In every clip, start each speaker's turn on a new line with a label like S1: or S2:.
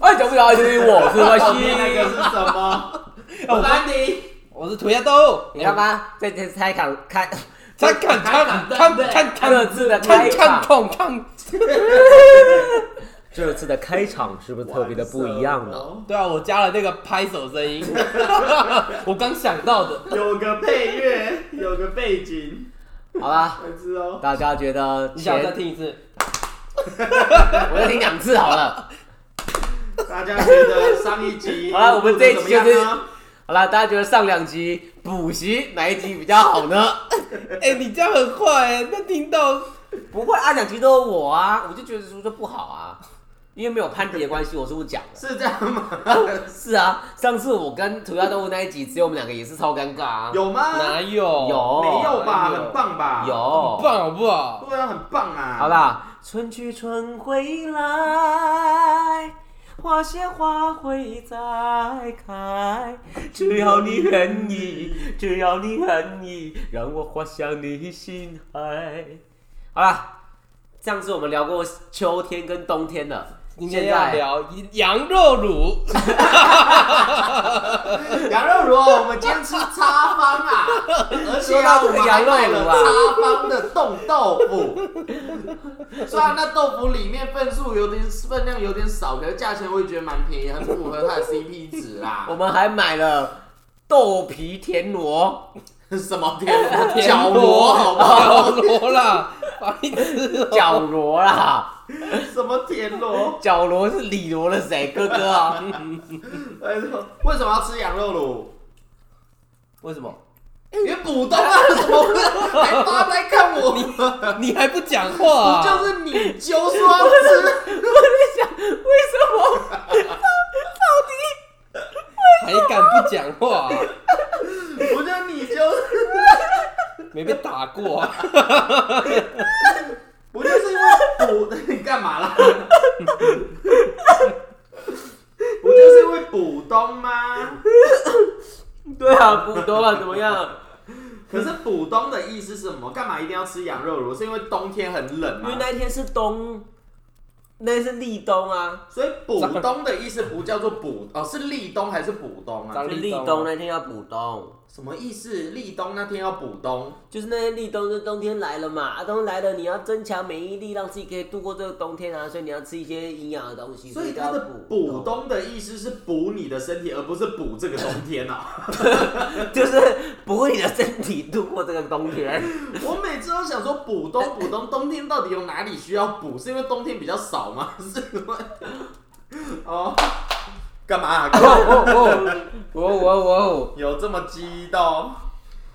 S1: 他讲不了爱听听我是歪
S2: 后面那个
S1: 西，
S2: 是什么？
S3: 我
S2: 我是安迪，
S3: 我是涂鸦豆，
S1: 你他妈在这拆砍看
S3: 他看看看看看
S1: 这次的
S3: 看
S1: 开
S3: 看
S1: 场，
S3: 看看，
S1: 这次的开场是不是特别的不一样呢？
S3: 对啊，我加了那个拍手声 音，我刚想到的。
S2: 有个配乐，有个背景，
S1: 好吧，
S2: 我知哦。
S1: 大家觉得
S3: 你想再
S1: 前
S3: 听一次？
S1: 我再听两次好了。
S2: 大家觉得上一 集
S1: 好了我们这一集就是
S2: 录得怎么样呢啊
S1: 好了，大家觉得上两集补习哪一集比较好呢？
S3: 哎，你这样很坏哎，那听到
S1: 不会啊，两集都有我啊，我就觉得说这不好啊，因为没有攀比的关系，我是不讲的。
S2: 是这样吗？
S1: 是啊，上次我跟涂鸦动物那一集，只有我们两个也是超尴尬啊。
S2: 有吗？
S3: 哪有
S1: 有
S2: 没有吧？
S3: 有
S2: 很棒
S1: 哦
S2: 吧？
S1: 有
S3: 很棒好不好？
S2: 对啊，很棒啊！
S1: 好，啦，春去春回来，花谢花会再开。只要你愿意，只要你愿意，让我滑向你心海。好啦，上次我们聊过秋天跟冬天了，
S3: 今
S1: 现
S3: 天要
S1: 在
S3: 聊羊肉乳，
S2: 羊肉炉哦，我们今天吃叉方 啊，而且
S1: 说到
S2: 啊，
S1: 这
S2: 我
S1: 个
S2: 们还买
S1: 羊肉
S2: 了
S1: 炉啊
S2: 叉方的冻豆腐。虽然那豆腐里面份数有点分量有点少，可是价钱我也觉得蛮便宜，很符合 它的 CP 值啊啦
S1: 我。们还买了豆皮田螺，
S2: 什么天
S3: 田
S2: 角螺好不好？
S3: 角螺啦，白痴哦
S1: 角螺啦，
S2: 什么田螺？
S1: 角螺是李螺的谁哥哥啊？
S2: 哎呦为什么要吃羊肉炉？
S3: 为什么？
S2: 因为补刀啊，怎么会还发呆看我？
S1: 啊
S3: 你还不讲话啊？
S2: 就是你揪说要吃，
S1: 我在想，为什么？
S3: 还敢不讲话啊、
S2: 我就你揪，
S3: 没被打过、啊。
S2: 我就是因为补， 你干嘛啦？我就是因为补冬吗？
S1: 对啊，补多了怎么样？
S2: 可是补冬的意思是什么？干嘛一定要吃羊肉炉？是因为冬天很冷
S1: 因为
S2: 吗？
S1: 那一天是冬，那是立冬啊，
S2: 所以补冬的意思不叫做补哦，是立冬还是补冬啊
S3: 当？
S1: 是立
S3: 立
S1: 冬
S3: 冬
S1: 那天要补冬，
S2: 什么意思？立冬那天要补冬，
S1: 就是那天立冬，就冬天来了嘛，啊，冬天来了，你要增强免疫力，让自己可以度过这个冬天啊，所以你要吃一些营养的东西，
S2: 所以
S1: 就
S2: 它
S1: 要
S2: 的补
S1: 冬
S2: 冬的意思是补你的身体，而不是补这个冬天啊。
S1: 就是补你的身体度过这个冬天。
S2: 我每次都想说补冬补冬，冬天到底有哪里需要补？是因为冬天比较少吗？ 是因为哦，干嘛、啊？干 嘛
S3: 哦哦哦哦！
S2: 有这么激动？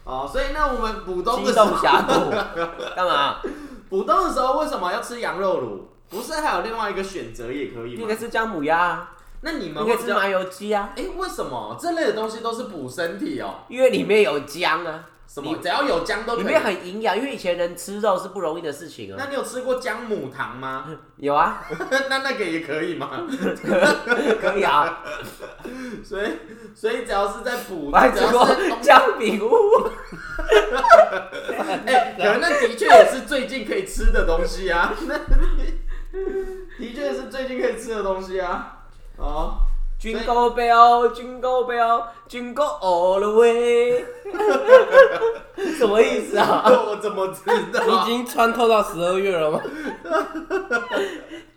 S2: 哦，所以呢，我们补冬的
S1: 激
S2: 时候
S1: 动，峡 谷，干嘛？
S2: 补冬的时候为什么要吃羊肉卤？不是还有另外一个选择也可以
S1: 应
S2: 吗
S1: 该？吃姜母鸭啊，
S2: 那你们
S1: 应
S2: 会
S1: 该
S2: 比
S1: 吃
S2: 较
S1: 麻油鸡啊，
S2: 哎，为什么这类的东西都是补身体哦？
S1: 因为里面有姜啊，
S2: 什么只要有姜都
S1: 里
S2: 可以
S1: 面。很营养，因为以前人吃肉是不容易的事情
S2: 那
S1: 啊。
S2: 你有吃过姜母糖吗？
S1: 有啊，
S2: 那那个也可以吗？
S1: 可以啊。
S2: 所以所以只要是在补，
S1: 我还
S2: 只
S1: 吃
S2: 要
S1: 过
S2: 是在冬
S1: 姜饼屋，
S2: 哎、可能那的确也是最近可以吃的东西啊， 那的确是最近可以吃的东西啊。哦，
S1: Jingle bell, jingle bell, jingle all the way，什么意思啊
S2: 我怎么知
S3: 你已
S2: 道？
S3: 经穿透到十二月了吗？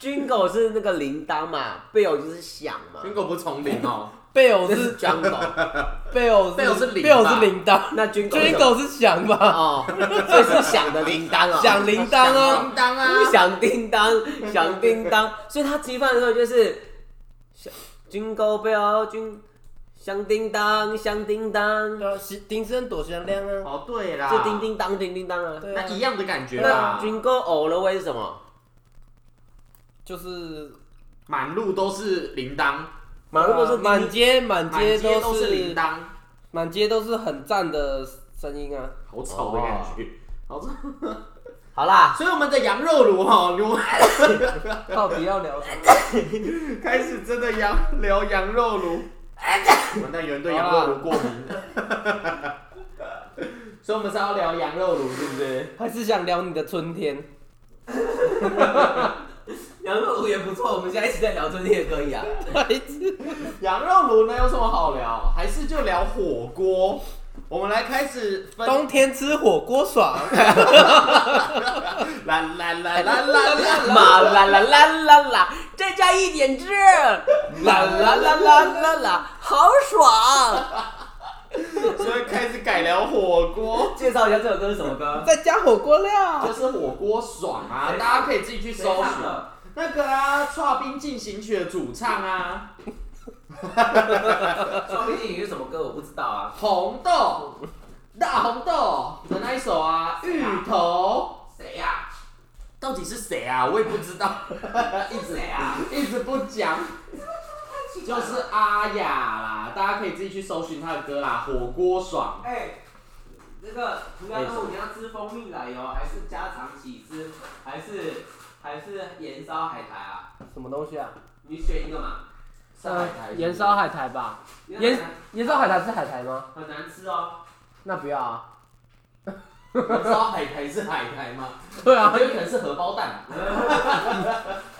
S1: ？Jingle 是那个铃铛嘛，bell 就是响嘛，
S2: 苹果不丛林哦，
S3: 贝偶
S1: 这
S3: 是
S1: 是 Jungle，
S3: 贝偶
S2: 贝偶是铃吧
S3: 贝偶是铃铛，
S1: 那 Jingle
S3: 军
S1: 是
S3: 狗是响吧？
S1: 哦，所以是响的铃铛哦，
S3: 响铃铛啊！
S2: 叮当啊，
S1: 响叮当，响叮当，所以他吃饭的时候就是响 Jingle bell，军响叮当，响叮当，
S3: 呃，铃声多响亮啊！
S2: 哦对啦，
S1: 就叮，叮当，叮叮当啊。
S3: 对
S2: 那
S3: 啊，
S2: 一样的感觉
S1: 那
S2: 吧，
S1: Jingle all the way 是什么？
S3: 就是
S2: 满路都是铃铛，
S1: 马路都是
S3: 呃
S1: 叮
S3: 满街满
S2: 满街
S3: 都
S2: 都是铃铛，
S3: 满街都是很赞的声 音啊！
S2: 好吵的感觉。好吵。
S1: 好啦，
S2: 所以我们的羊肉炉哈、哦，如果
S3: 到底要聊什么？
S2: 开始真的羊聊羊肉炉，完蛋，有人对羊肉炉过敏， 所以我们是要聊羊肉炉，是不是？
S3: 还是想聊你的春天？
S1: 羊肉炉也不错，我们现在一直在聊这些也可以 啊。
S4: 白痴
S2: 羊肉炉呢有什么好聊？还是就聊火锅？我们来开始分。
S4: 冬天吃火锅爽，
S2: 啦啦啦啦啦啦啦！
S1: 嘛啦啦啦啦啦，再加一点汁，啦啦啦啦啦啦，好爽！
S2: 所以开始改聊火锅，
S1: 介绍一下这首歌是什么歌？
S4: 再加火锅料
S2: 就。是火锅爽啊！
S1: 谁
S2: 大家可以自己去
S1: 谁
S2: 搜寻
S1: 唱的
S2: 那个啊，《串冰进行曲》的主唱啊，
S1: 说不定是什么歌，我不知道啊。
S2: 红豆，大红豆的那一首啊，《芋头
S1: 谁呀？》
S2: 到底是谁啊？我也不知道， 一直
S1: 谁啊？
S2: 一直不讲，就是阿雅啦，大家可以自己去搜寻她的歌啦，《火锅爽》。
S1: 哎，那个涂鸦豆，你要吃蜂蜜奶油，还是家常起司，还是还是盐烧海苔啊？
S3: 什么东西啊？
S1: 你选一个嘛。
S2: 上海苔
S3: 盐烧海苔吧？
S1: 你
S3: 盐
S1: 很难
S3: 盐烧海苔是海苔吗？
S1: 很难吃哦。
S3: 那不 要啊。
S2: 你知道海苔是海苔吗？
S3: 对
S2: 我
S3: 啊
S2: 觉，得可能是荷包蛋。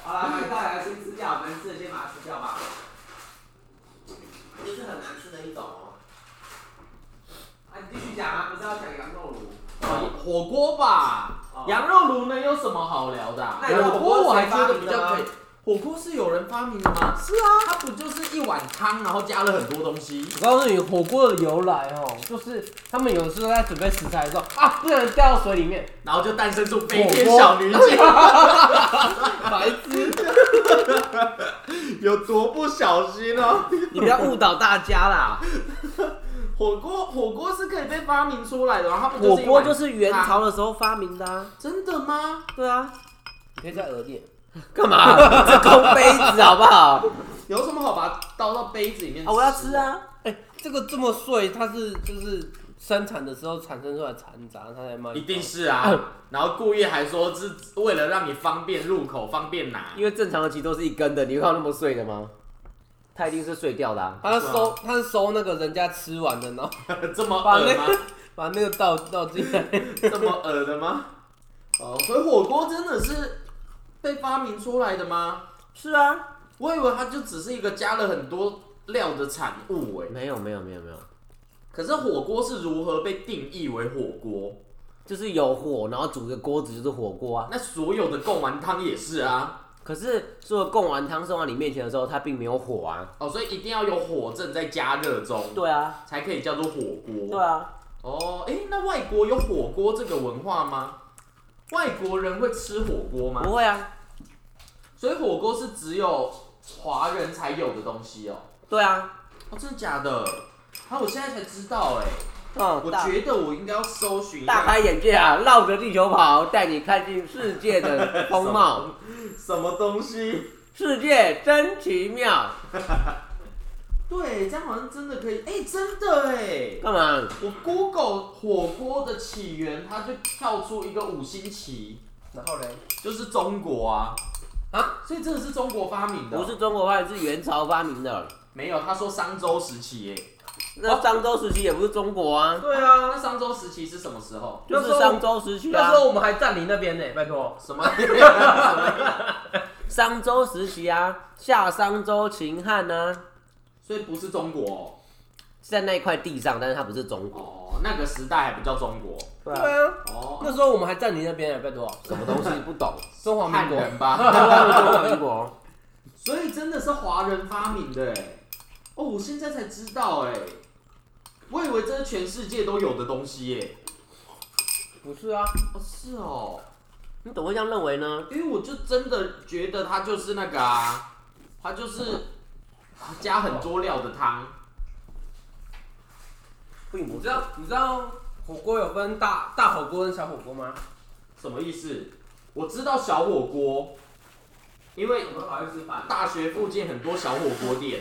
S1: 好啦，买到来先吃掉，难吃的先把它吃掉吧。就是很难吃的一种哦。啊，你继续讲啊，不是要讲羊肉炉？
S2: 哦火锅吧，
S1: 哦
S2: 羊肉炉呢有什么好聊的啊、
S1: 那有
S2: 火锅我还觉得比
S1: 火锅是谁发
S2: 较可
S1: 明
S2: 以
S1: 的。
S2: 火锅是有人发明的吗？是啊，它不就是一碗汤，然后加了很多东西？
S3: 我告诉你，火锅的由来哦，就是他们有时候在准备食材的时候啊，不能掉到水里面。
S2: 然后就诞生出飞天小女警，
S4: 白痴，
S2: 哦 有多不小心哦！
S4: 你不要误导大家啦。
S2: 火锅火锅是可以被发明出来的吗，它不
S1: 火
S2: 就是一
S1: 锅
S2: 碗
S1: 就是元朝的时候发明的、啊，
S2: 真的吗？
S1: 对啊，
S3: 你可以再讹点。
S1: 干嘛？ 这空杯子好不 好？啊，
S2: 有什么好把它倒到杯子里面？
S1: 我要吃！啊！
S3: 哎、这个这么碎，它是就是生产的时候产生出来残渣，它才卖。
S2: 一定是啊，然后故意还说是为了让你方便入口，方便拿。
S1: 因为正常的其实都是一根的，你会看到那么碎的吗？它一定是碎掉的、啊。
S3: 他收他是收那个人家吃完的，然后
S2: 这么
S3: 把
S2: 恶
S3: 那
S2: 吗？
S3: 个把那个倒倒进来。
S2: 这么恶的吗？哦，所以火锅真的是被发明出来的吗？
S1: 是啊，
S2: 我以为它就只是一个加了很多料的产物哎。
S1: 没有没有没有没有，
S2: 可是火锅是如何被定义为火锅？
S1: 就是有火，然后煮个锅子就是火锅啊。
S2: 那所有的贡丸汤也是啊。
S1: 可是做贡丸汤送到你面前的时候，它并没有火啊。
S2: 哦，所以一定要有火正在加热中，
S1: 对啊，
S2: 才可以叫做火锅。
S1: 对啊，
S2: 哦，哎、那外国有火锅这个文化吗？外国人会吃火锅吗？
S1: 不会啊，
S2: 所以火锅是只有华人才有的东西哦。
S1: 对啊，
S2: 哦，真的假的？啊，我现在才知道哎、
S1: 嗯，
S3: 哦
S2: 我
S1: 大
S2: 觉得我应该要搜寻一
S1: 大
S2: 下
S1: 开眼界啊，绕着地球跑，带你看尽世界 的风貌。
S2: 什么东西。
S1: 世界真奇妙，
S2: 对，这样好像真的可以。哎、真的哎、
S1: 干嘛？
S2: 我 Google 火锅的起源，它就跳出一个五星旗，
S3: 然后嘞，
S2: 就是中国啊
S3: 啊！
S2: 所以这个是中国发明的哦、
S1: 不是中国发明，是元朝发明的。
S2: 没有，他说商周时期哎、
S1: 那商周时期也不是中国啊，
S3: 对啊，
S2: 那商周时期是什么时候？
S1: 就是商周时期
S3: 那
S1: 啊
S3: 时。候我们还占领那边呢，拜托。
S2: 什么？什么
S1: 商周时期啊，夏商周、秦汉啊，
S2: 所以不是中国
S1: 是在那一块地上，但是它不是中
S2: 哦
S1: 国。
S2: 哦，那个时代还不叫中国
S1: 对
S3: 对啊，
S2: 哦，
S3: 那时候我们还占领那边呢，拜托。
S1: 什么东西不懂？
S3: 中华
S2: 汉
S3: 民国。
S2: 人吧。
S1: 中华民国。
S2: 所以真的是华人发明的哎。哦，我现在才知道哎，我以为这是全世界都有的东西哎。
S3: 不是啊，
S2: 哦，是哦，
S1: 你怎么会这样认为呢？
S2: 因为我就真的觉得它就是那个啊，它就是加很多料的汤。
S1: 并不
S3: 你知道你知道火锅有分大大火锅跟小火锅吗？
S2: 什么意思？我知道小火锅，因为
S1: 我们跑去吃饭。
S2: 大学附近很多小火锅店。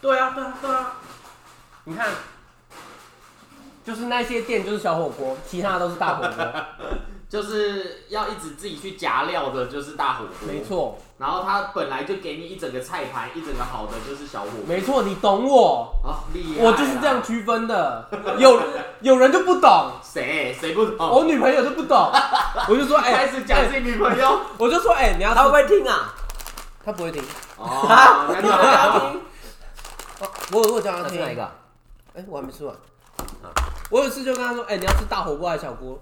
S3: 对啊，对啊，对啊。你看，就是那些店就是小火锅，其他都是大火 锅。
S2: 就是要一直自己去夹料的，就是大火锅。
S3: 没。错，
S2: 然后他本来就给你一整个菜盘，一整个好的就是小火锅。
S3: 没错，你懂我，
S2: 啊，厉害！
S3: 我就是这样。区分的。有有人就不懂，
S2: 谁谁不懂？
S3: 我女朋友就不懂，我就说，哎、
S2: 开始讲自己女朋友。
S3: 我就说，哎、你要
S1: 他会不
S3: 吃，
S1: 会听啊？
S3: 他不会听。
S2: 哦，那就好
S3: 他听。哦我有我有叫他
S5: 那是
S3: 听
S5: 哪一个？啊？
S3: 哎、我还没吃完。啊我有一次就跟他说，哎、你要吃大火锅还是小锅？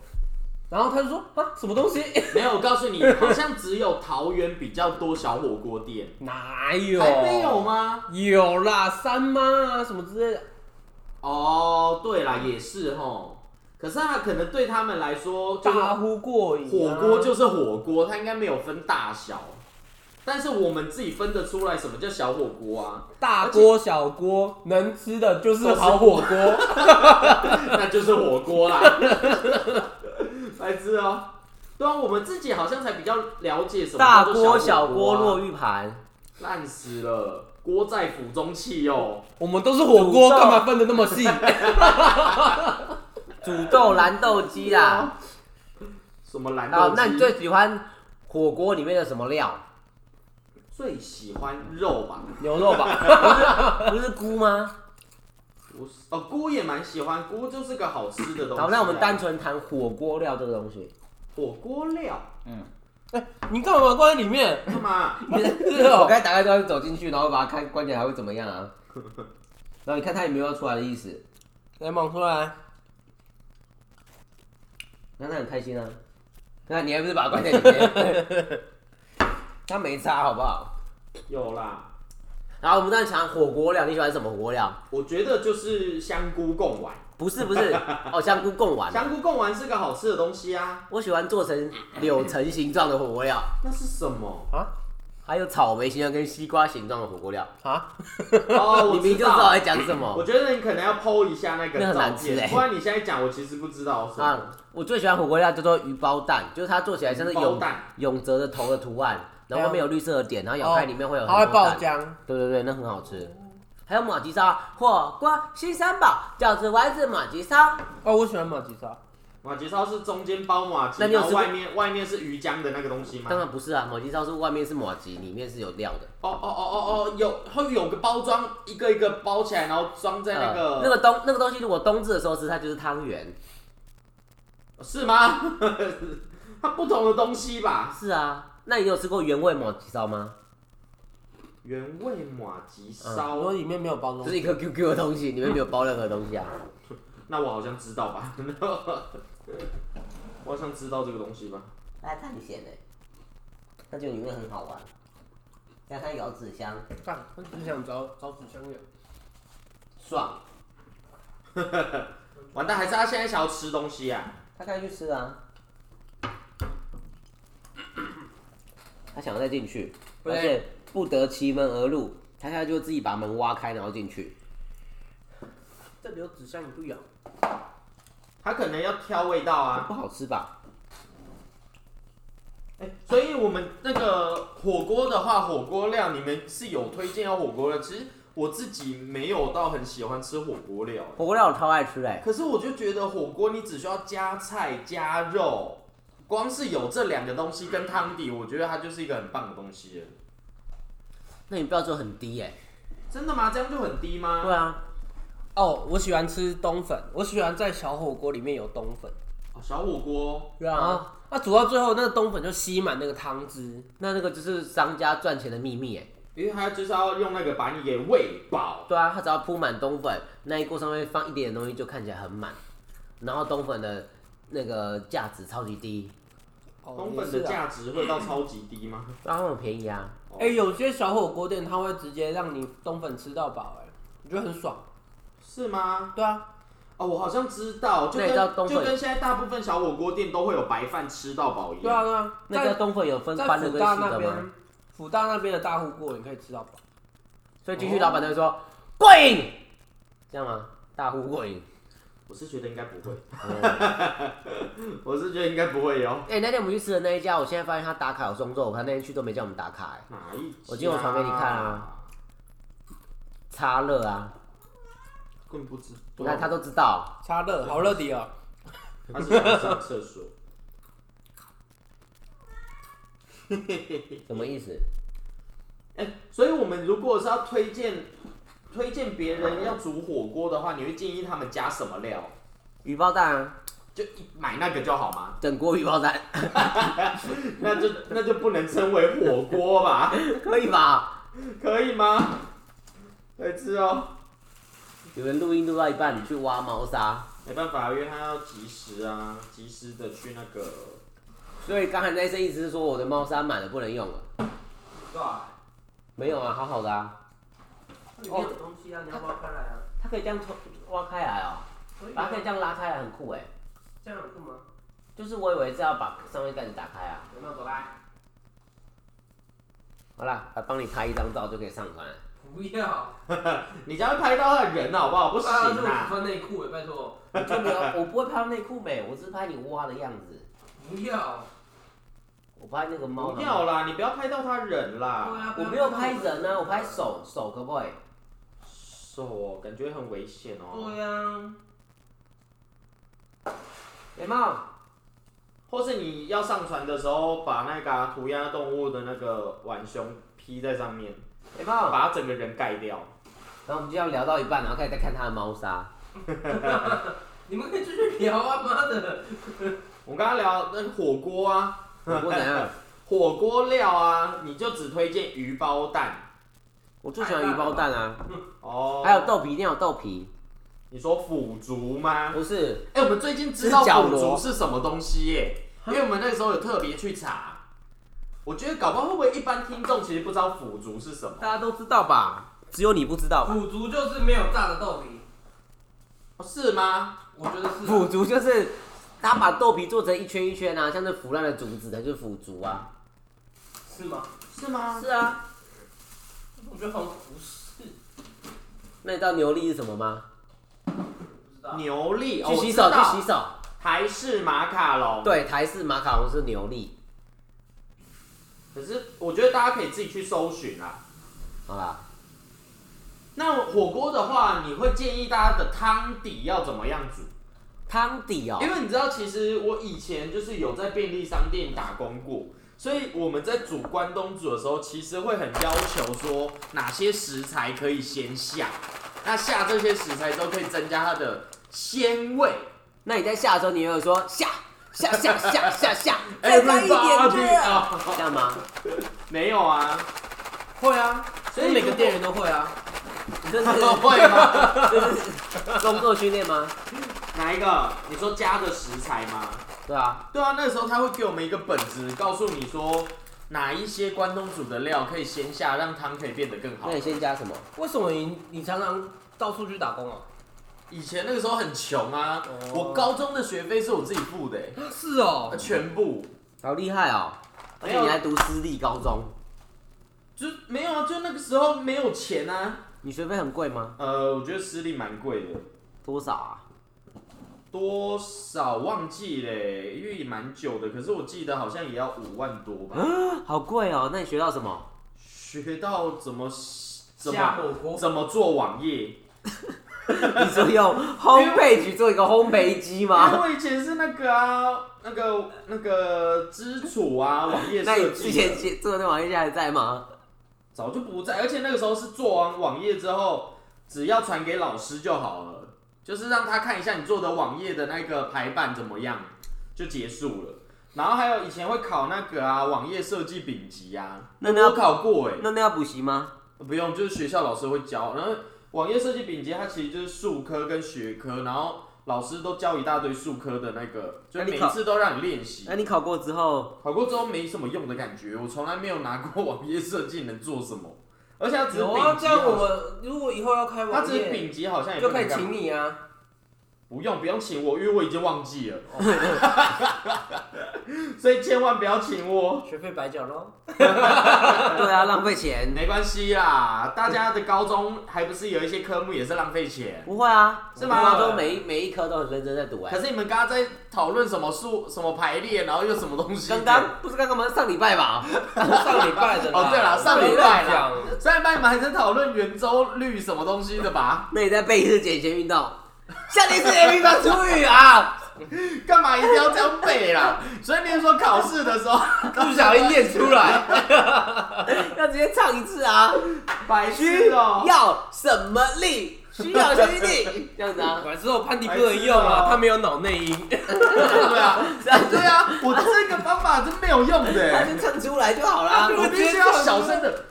S3: 然后他就说啊，什么东西？
S2: 没有，我告诉你，好像只有桃园比较多小火锅店，
S3: 哪有？
S2: 台北有？吗？
S3: 有啦，三妈啊什么之类的。
S2: 哦，对啦，也是吼。可是他可能对他们来说，就是
S3: 大呼过瘾、
S2: 火锅就是火锅，它应该没有分大小。但是我们自己分得出来什么叫小火锅啊，
S3: 大锅小锅，能吃的就是好火锅。
S2: 那就是火锅 啦。白痴哦、对啊，我们自己好像才比较了解什么
S1: 大
S2: 叫
S1: 锅
S2: 做
S1: 小
S2: 小
S1: 锅落
S2: 落，
S1: 玉盘，
S2: 烂死了，锅在釜中泣哦、
S3: 我们都是火锅，干嘛分的那么细？
S1: 煮豆 燃豆鸡啊啦。
S2: 什么蓝豆
S1: 好
S2: 鸡，？
S1: 那你最喜欢火锅里面的什么 料？
S2: 最喜欢肉吧？
S3: 牛肉吧，
S1: 不是菇吗？
S2: 我是哦，锅也蛮喜欢，锅就是个好吃的东西、啊
S1: 好，那我们单纯谈火锅料这个东 西。
S2: 火锅料
S3: 你干嘛关在里面？
S2: 干嘛？
S3: 是
S5: 我
S3: 哦，
S5: 刚才打开之后走进去，然后把它开关起来，还会怎么样啊？然后你看他也没有要出来的意思，
S3: 来猛出来。
S5: 那他很开心啊。那你还不是把它关在里面？ 他没差好不好？
S2: 有啦，
S1: 然后我们再谈火锅料，你喜欢什么火锅料？
S2: 我觉得就是香菇 贡丸，
S1: 不是不是，哦，香菇贡丸。
S2: 香菇贡丸是个好吃的东西啊。
S1: 我喜欢做成柳橙形状的火锅料，
S2: 那是什 么？
S1: 还有草莓形状跟西瓜形状的火锅料。
S3: 啊，
S2: 哦，
S1: 你
S2: 我
S1: 明明
S2: 知
S1: 就知道我
S2: 道
S1: 在。讲什
S2: 我
S1: 么
S2: 觉得你可能要剖一下那
S1: 哦
S2: 个
S1: 那很
S2: 照
S1: 难吃
S2: 片，
S1: 欸
S2: 不然你现在讲，我其实不知道什么。
S1: 啊！我最喜欢火锅料叫做鱼包蛋，就是它做起来像是
S2: 鱼包
S1: 永
S2: 蛋哎哦
S1: 永泽的头的图案，然后外面有绿色的点，然后咬开里面会有
S3: 它会
S1: 很多
S3: 哦爆
S1: 蛋。
S3: 浆。
S1: 对对对，那很好吃。还有马吉烧火锅新三宝，饺子丸子马吉烧。
S3: 哦，我喜欢马吉烧。
S2: 马吉烧是中间包马吉，
S1: 那你有
S2: 然后
S1: 吃过
S2: 外面外面是鱼浆的那个东西吗？
S1: 当
S2: 哦
S1: 然不是啊，马吉烧是外面是马吉，里面是有料的。
S2: 哦哦哦哦，有会有个包装，一个一个包起来，然后装在那
S1: 呃
S2: 个
S1: 那个东那个东西，如果冬至的时候吃，它就是汤圆。
S2: 是吗？ 它不同的东西吧？
S1: 是啊，那你有吃过原味马吉烧吗？
S2: 原味马吉
S3: 我
S2: 烧，
S1: 啊
S3: 说里面没有包
S1: 就
S3: 装
S1: 是。一颗 QQ 的东西，里面没有包任何东西啊。
S2: 那我好像知道吧？ 我好像知道这个东西吧？
S1: 那探险呢？那就里面很好玩。让它咬纸箱，
S3: 干，我只想找找纸箱有。
S1: 爽。
S2: 完蛋，还是他现在想要吃东西啊？
S1: 他该去吃啊。他想要再进去，而且不得其门而入。他现在就自己把门挖开，然后进去。
S3: 这里有纸箱，你不咬？
S2: 他可能要挑味道啊。
S1: 不好吃吧？
S2: 哎、所以我们那个火锅的话，火锅料你们是有推荐要火锅料？其实我自己没有到很喜欢吃火锅料，
S1: 火锅料我超爱吃哎、
S2: 可是我就觉得火锅你只需要加菜加肉，光是有这两个东西跟汤底，我觉得它就是一个很棒的东西了。
S1: 那你标准很低哎、
S2: 真的吗？这样就很低吗？
S1: 对啊，
S3: 哦，我喜欢吃冬粉，我喜欢在小火锅里面有冬粉。
S2: 哦小火锅
S3: 对啊，那煮到最后，那个冬粉就吸满那个汤汁。
S1: 那那个就是商家赚钱的秘密哎、
S2: 因为它就是要用那个把你给喂饱。
S1: 对啊，它只要铺满冬粉，那一锅上面放一点点东西就看起来很满，然后冬粉的那个价值超级低，
S3: 哦
S2: 冬粉
S3: 也
S2: 的
S3: 是啊
S2: 价值会到超级低吗？
S1: 然后很便宜啊。
S3: 哎、有些小火锅店它会直接让你冬粉吃到饱，哎，我觉得很爽。
S2: 是吗？
S3: 对啊，
S2: 哦，我好像知道，就
S1: 那你知道
S2: 跟
S1: 冬
S2: 就
S1: 粉
S2: 跟现在大部分小火锅店都会有白饭吃到饱一
S3: 对啊，
S2: 样。
S3: 对啊。
S1: 那家冬粉有分
S3: 在
S1: 宽的
S3: 福
S1: 跟
S3: 大
S1: 细
S3: 那
S1: 的吗？
S3: 边，福大那边的大火锅你可以吃到饱。
S1: 所以进
S3: 哦
S1: 去老板都会说过瘾，这样吗？大呼过瘾。
S2: 我是觉得应该不会，
S1: 哎、
S2: 我是觉得应该不会哦有。
S1: 那天我们去吃的那一家，我现在发现他打卡有送肉，他那天去都没叫我们打卡、哎，
S2: 哪一家？
S1: 我今天有传给你看啊，差热啊，
S2: 更不知道。
S1: 你
S3: 啊
S1: 看他都知道，
S3: 加热，好热底哦。
S2: 他是想上厕所。
S1: 什么意思？
S2: 哎、所以我们如果是要推荐推荐别人要煮火锅的话，你会建议他们加什么料？
S1: 鱼包蛋啊，
S2: 就一买那个就好嘛，
S1: 整锅鱼包蛋
S2: 那就那就不能称为火锅吧？
S1: 可以吧？
S2: 可以吗？ 可以吃哦，
S1: 有人录音录到一半，你去挖猫砂，
S2: 没办法，因为他要及时啊，及时的去那个。
S1: 所以刚才那一声意思是说我的猫砂满了不能用了。
S6: 多少？
S1: 没有啊，好好的啊，
S6: 里面有东西啊，你要挖开来啊。
S1: 它可以这样抽挖开来哦，
S6: 可以
S1: 它
S6: 啊
S1: 可以这样拉开来，很酷哎。
S6: 这样有空吗？
S1: 就是我以为是要把上面盖子打开啊。
S6: 有没有？走来。
S1: 好啦，来帮你拍一张照就可以上传了。
S6: 不要。
S2: 你这样会拍到他的人好不好？不行
S6: 啊，这我只
S2: 啊！
S6: 穿内裤哎，拜托，
S1: 我就没有，我不会拍到内裤美，我只是拍你挖的样子。
S6: 不要。
S1: 我拍那个猫。
S2: 不要啦，你不要拍到他人
S6: 对
S2: 啦。
S6: 啊
S1: 我没有拍人啊，我拍。手，手可不可以？
S2: 手哦感觉很危险
S6: 不
S2: 哦。
S3: 啊
S6: 要对啊呀。
S1: 雷茂，
S2: 或是你要上传的时候，把那个啊涂鸦动物的那个浣熊 P 在上面，
S1: 雷茂，
S2: 把它整个人盖掉。
S1: 然后我们就要聊到一半，然后开始在看他的猫砂。
S6: 你们可以继续聊啊，妈的。
S2: 我们刚刚聊那个火锅啊，
S1: 我不怎 样，
S2: 火锅料啊，你就只推荐鱼包蛋
S1: 我最喜欢鱼包蛋啊，
S2: 哦。
S1: 还有豆皮，一定要有豆皮，
S2: 你说腐竹吗？
S1: 不是？
S2: 哎、我们最近知道
S1: 是角啊
S2: 腐
S1: 螺
S2: 竹是什么东西耶、因为我们那个时候有特别去查。我觉得搞不好会不会一般听众其实不知道腐竹是什么？
S1: 大家都知道吧？只有你不知道吧。
S6: 腐竹就是没有炸的豆皮，
S2: 哦是吗？
S6: 我觉得是 啊。
S1: 腐竹就是他把豆皮做成一圈一圈啊，像是腐烂的竹子，它就是腐竹啊。
S6: 是吗？
S2: 是吗？
S1: 是啊，
S6: 我觉得好像不是，
S1: 那你知道牛粒是什么吗？
S6: 不知道。
S2: 牛力，哦
S1: 去洗手，
S2: 我知
S1: 去
S2: 道
S1: 洗手。
S2: 台式马卡龙。
S1: 对，台式马卡龙是牛粒。
S2: 可是我觉得大家可以自己去搜寻啦。
S1: 好啦，
S2: 那火锅的话，你会建议大家的汤底要怎么样煮？
S1: 汤底哦、
S2: 因为你知道，其实我以前就是有在便利商店打工过，所以我们在煮关东煮的时候，其实会很要求说哪些食材可以先下，那下这些食材都可以增加它的鲜味。
S1: 那你在下的时候，你有没有说下下下下下 下，
S2: 哎
S1: 再加一点热，
S2: 啊，
S1: 这样 吗？
S2: 没有啊，
S6: 会啊，
S2: 所以每个店
S6: 员都会啊。
S1: 你这是
S2: 会吗？
S1: 这是工作训练吗？
S2: 哪一个？你说加的食材吗？
S1: 对啊，
S2: 对啊，那时候他会给我们一个本子，告诉你说哪一些关东煮的料可以先下，让汤可以变得更好
S1: 那。你先加什么？
S3: 为什么你你常常到处去打工啊？
S2: 以前那个时候很穷啊，
S3: 哦
S2: 我高中的学费是我自己付的、欸，
S3: 是哦，
S2: 全部啊
S1: 好厉害哦、而且你还读私立高中，
S2: 就没有啊，就那个时候没有钱啊。
S1: 你学费很贵吗？
S2: 呃，我觉得私立蛮贵的，
S1: 多少啊？
S2: 多少忘记嘞、因为也蛮久的，可是我记得好像也要五万多吧。
S1: 好贵哦、那你学到什 么？
S2: 学到怎么怎
S6: 下
S2: 么
S6: 火锅。
S2: 怎么做网页，
S1: 你说用烘焙局做一个烘焙机
S2: 因为
S1: 吗？
S2: 我以前是那个啊，那个那个知楚啊，网页
S1: 那
S2: 设
S1: 你之
S2: 计
S1: 前
S2: 的
S1: 接做的那网页现在还在吗？
S2: 早就不在，而且那个时候是做完网页之后，只要传给老师就好了，就是让他看一下你做的网页的那个排版怎么样，就结束了。然后还有以前会考那个啊，网页设计丙级啊，
S1: 那你
S2: 我
S1: 要
S2: 考过哎、
S1: 那那要补习吗？
S2: 不用，就是学校老师会教。然后网页设计丙级它其实就是术科跟学科，然后老师都教一大堆术科的那个，就
S1: 那你
S2: 每
S1: 考
S2: 次都让你练习
S1: 那。你考过之后，
S2: 考过之后没什么用的感觉，我从来没有拿过网页设计能做什么，而且它只是
S3: 有
S2: 丙
S3: 啊，
S2: 级
S3: 这样
S2: 好像，
S3: 我如果以后要开
S2: 它
S3: 网
S2: 只是
S3: 页，
S2: 丙级好像也
S3: 就
S2: 不
S3: 可以
S2: 能干
S3: 请你 啊。
S2: 不用不用请我，因为我已经忘记了，所以千万不要请我，
S3: 学费白缴喽。
S1: 对啊，浪费钱。
S2: 没关系啦，大家的高中还不是有一些科目也是浪费钱。
S1: 不会啊，
S2: 是吗
S1: 我高中每一每一科都很认真在读哎、
S2: 可是你们刚刚在讨论什么数、什么排列，然后又什么东西的？
S1: 刚 刚不是刚刚吗？上礼拜 吧，
S3: 上礼拜的啦
S2: 哦对啦上礼拜啦
S3: 不要乱讲
S2: 上一半你们还在讨论圆周率什么东西的吧？
S1: 那你再背一次简谐运动，下一次 A B 方出语 啊，
S2: 干嘛一定要这样背啦？所以你说考试的时候
S3: 不小心念出 来，
S1: 要直接唱一次啊，
S2: 白痴哦、
S1: 要什么力？徐小兄 弟，
S7: 这样子啊？
S3: 我知道潘迪不能用啊，他没有脑内音。
S2: 对啊，对啊，我这个方法真没有用的、
S1: 他就唱出来就好 啦。
S2: 我必须要小声的。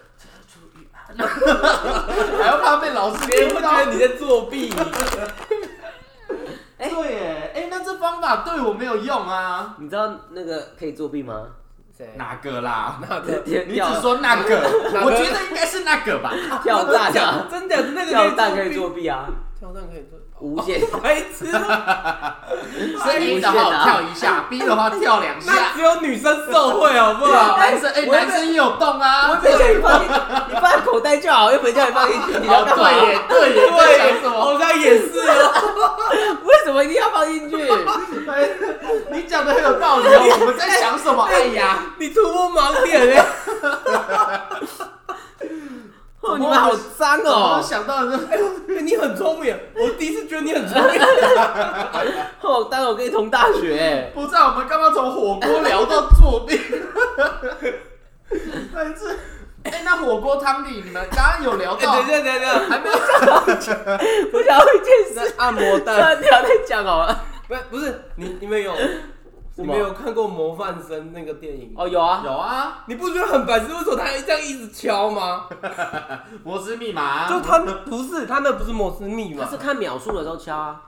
S2: 还要怕被老师
S3: 别人
S2: 听
S3: 会
S2: 到
S3: 觉得你在作弊。
S2: 对耶，哎、那这方法对我没有用啊。
S1: 你知道那个可以作弊吗？
S3: 谁？
S2: 哪个啦？你只
S1: 跳
S2: 说那个，
S3: 个
S2: 我觉得应该是那个吧。
S1: 跳蛋 啊，
S3: 真的那个
S1: 跳蛋可
S3: 可
S1: 以
S3: 以
S1: 作
S3: 作
S1: 弊啊，
S3: 弊，跳蛋可以作弊。
S1: 无 限。
S3: 白痴哦，
S2: 是 A 的话跳一下，B 的话跳两
S3: 那
S2: 下，
S3: 只有女生受贿好不
S2: 对啊，
S3: 好？
S2: 男生哎、
S1: 我也
S2: 男生也有动啊。
S1: 没叫你放进，你放在口袋就好，又没叫你放进去，你要
S2: 哦，
S1: 干嘛？
S2: 对耶，对耶，在想什么？
S3: 好像也是哦。
S1: 为什么一定要放进去？
S2: 哎你讲的很有道理哦，我们在想什么？哎呀，
S3: 你突破盲点欸了。
S1: 哦你们好脏
S2: 我
S1: 哦！
S2: 想到的是
S3: 你很聪明，我第一次觉得你很聪 明。哎
S1: 哦，当然我跟你同大学 欸，
S2: 不知道我们刚刚从火锅聊到作弊， 但是，哎、那火锅汤底你们刚刚有聊
S3: 哎，
S2: 到
S3: 等一，下，等一下，
S2: 还没有
S1: 我想要一件事，
S3: 按摩
S1: 算了，不要再讲好了。
S3: 不是不是，你你们有你们有看过《模范生》那个电影？
S1: 哦，有啊，
S2: 有啊，
S3: 你不觉得很白痴？为什么他要这样一直敲吗？
S2: 摩斯密码、 啊
S3: 就他不是他那不是摩斯密
S1: 他
S3: 码
S1: 是看秒数的时候敲啊，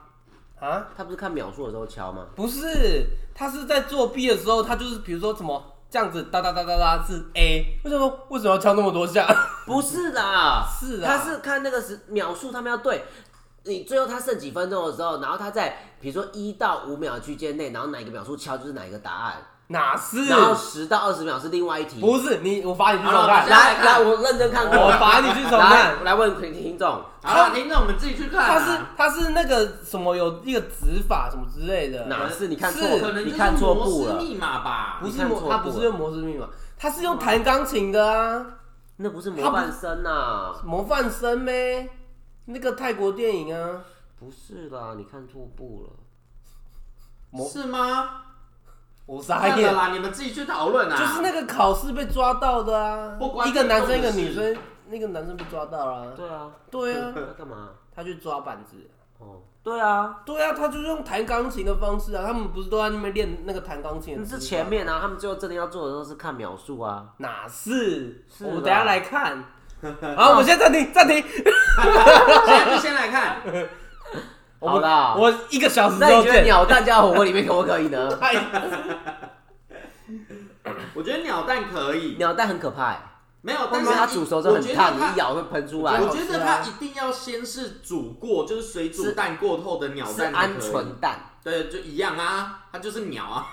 S3: 啊？
S1: 他不是看秒数的时候敲吗？
S3: 不是，他是在作弊的时候，他就是比如说什么这样子哒哒哒哒哒是 A，我想说为什么要敲那么多下？
S1: 不是啦，
S3: 是啊
S1: 他是看那个时秒数，他们要对。你最后他剩几分钟的时候，然后他在比如说一到五秒区间内，然后哪一个秒数敲就是哪一个答案，
S3: 哪是？
S1: 然后十到二十秒是另外一题。
S3: 不是你，我罚你去重
S2: 好了
S3: 看，
S1: 来来，我认真看过，
S3: 我罚你去重
S1: 来
S3: 看。
S1: 来问听听众，
S2: 好了，听众们自己去看、
S3: 他
S2: 啊。
S3: 是他是那个什么有一个指法什么之类的，
S1: 哪是你看错
S3: 是
S2: 可能？
S1: 你
S2: 就是
S1: 看错
S2: 摩
S1: 步
S2: 斯
S1: 了，
S2: 密码吧？
S3: 不
S1: 你
S3: 是
S1: 看
S3: 摩
S1: 错
S3: 他
S1: 步
S3: 不
S1: 了
S3: 是用摩斯密码，他是用弹钢琴的啊。
S1: 那不是模范生啊呐，
S3: 模范生呗，那个泰国电影啊，
S1: 不是啦，你看错步了。
S3: 摩
S2: 是吗？
S3: 我
S2: 看了啦，你们自己去讨论啊。
S3: 就是那个考试被抓到的啊
S2: 不，关
S3: 一个男
S2: 你
S3: 生一个
S2: 的事
S3: 女生，那个男生被抓到了、啊，
S1: 对啊，
S3: 对啊，
S1: 他干嘛？
S3: 他去抓板子，
S1: 哦，对啊，
S3: 对啊，他就是用弹钢琴的方式啊，他们不是都在那边练那个弹钢琴的
S1: 那
S3: 姿势
S1: 是
S3: 吗？
S1: 前面啊，他们最后真的要做的时候是看秒数啊。
S3: 哪是？
S1: 是啊
S3: 我
S1: 吧
S3: 等一下来看。好，我们先暂停，暂停。
S2: 现在就先来看，
S3: 我
S1: 好
S3: 们
S1: 啦
S3: 我一个小时之
S1: 那你
S3: 后
S1: 觉得
S3: 见。
S1: 鸟蛋加火锅里面可不可以呢？
S3: 哎
S2: 我觉得鸟蛋可以，
S1: 鸟蛋很可怕、欸，
S2: 没有，
S1: 但
S2: 但
S1: 是
S2: 是
S1: 它煮熟之后很烫，
S2: 我觉得它
S1: 你一咬会喷出来
S2: 我。觉得
S1: 啊
S2: 它一定要先是煮过，就是水煮蛋过后的鸟
S1: 是
S2: 蛋才可以
S1: 鹌鹑蛋，
S2: 对，就一样啊，它就是鸟啊，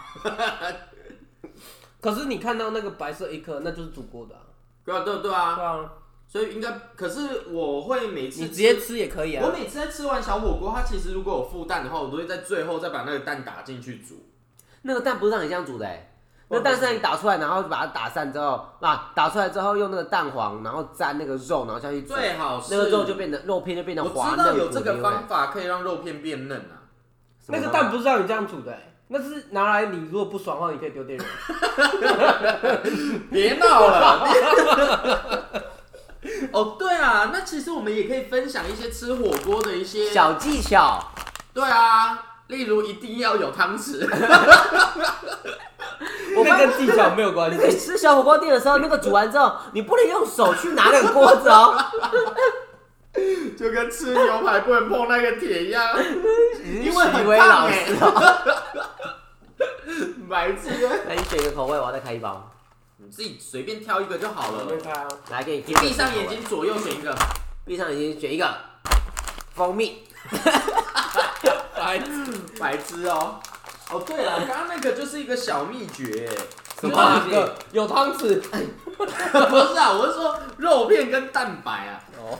S3: 可是你看到那个白色一颗，那就是煮过的啊。
S2: 对啊，对啊对
S3: 对
S2: 啊，
S3: 啊，
S2: 所以应该，可是我会每次
S3: 你直接吃也可以啊
S2: 我。每次在吃完小火锅，它其实如果有附蛋的话，我都会在最后再把那个蛋打进去煮。
S1: 那个蛋不是让你这样煮的、欸，
S2: 我
S1: 那蛋是让你打出来，然后把它打散之后，啊，打出来之后用那个蛋黄，然后沾那个肉，然后下去煮，
S2: 最好是
S1: 那个肉就变得肉片就变得
S2: 我
S1: 滑
S2: 知
S1: 嫩
S2: 道
S1: 不溜
S2: 有
S1: 的。
S2: 这个方法可以让肉片变嫩啊，
S3: 那个
S1: 什么
S3: 蛋不是让你这样煮的、欸，那是拿来你如果不爽的话，你可以丢店里。
S2: 别闹了。 哦，对啊，那其实我们也可以分享一些吃火锅的一些
S1: 小技巧，
S2: 对啊，例如一定要有汤匙，
S1: 我
S3: 那
S1: 发
S3: 跟技巧没有关
S1: 那 个
S3: 系。
S1: 吃小火锅店的时候，那个煮完之后，你不能用手去拿那个锅子哦，
S2: 就跟吃牛排不能碰那个铁一样， 因为
S1: 徐
S2: 很
S1: 威
S2: 烫
S1: 老
S2: 哎、
S1: 师哦。
S2: 白痴啊！
S1: 那你选一个口味，我要再开一包，
S2: 你自己随便挑一个就好了。
S3: 开啊！
S1: 来给你
S2: 闭上眼，睛，左右选一个。
S1: 闭上眼睛选一个蜂蜜，
S2: 白白痴哦。哦，对了，刚刚那个就是一个小秘诀，
S1: 什么
S3: 哪
S1: 东西
S3: 个有汤匙？
S2: 不是啊，我是说肉片跟蛋白啊，
S3: 哦，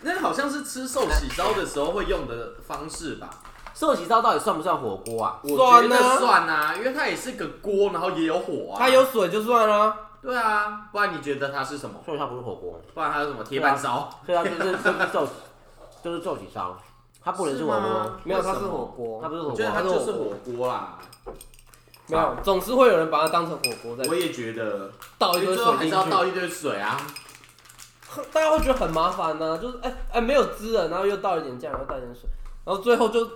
S2: 那好像是吃寿喜烧的时候会用的方式吧？
S1: 寿喜烧到底算不算火锅啊？
S2: 我觉
S3: 算啊
S2: 得算啊，因为它也是个锅，然后也有火啊。
S3: 它有水就算了、
S2: 对啊，不然你觉得它是什么？
S1: 寿喜烧不是火锅，
S2: 不然它是什么铁板烧？
S1: 所以它就是 就是寿喜，就是寿喜烧，它不能是火锅，
S3: 没有，它是
S2: 为什么
S3: 火锅
S1: 它。不是火
S2: 我觉得它
S1: 锅。
S2: 就是火锅啦。
S3: 没有，总是会有人把它当成火锅在
S2: 我也觉得，
S3: 倒
S2: 所
S3: 一
S2: 以
S3: 堆
S2: 最后还
S3: 水
S2: 是
S3: 进
S2: 要倒
S3: 去。
S2: 一堆水啊。
S3: 大家会觉得很麻烦呢、就是哎哎没有汁了，然后又倒一点酱，然后倒一点水，然后最后就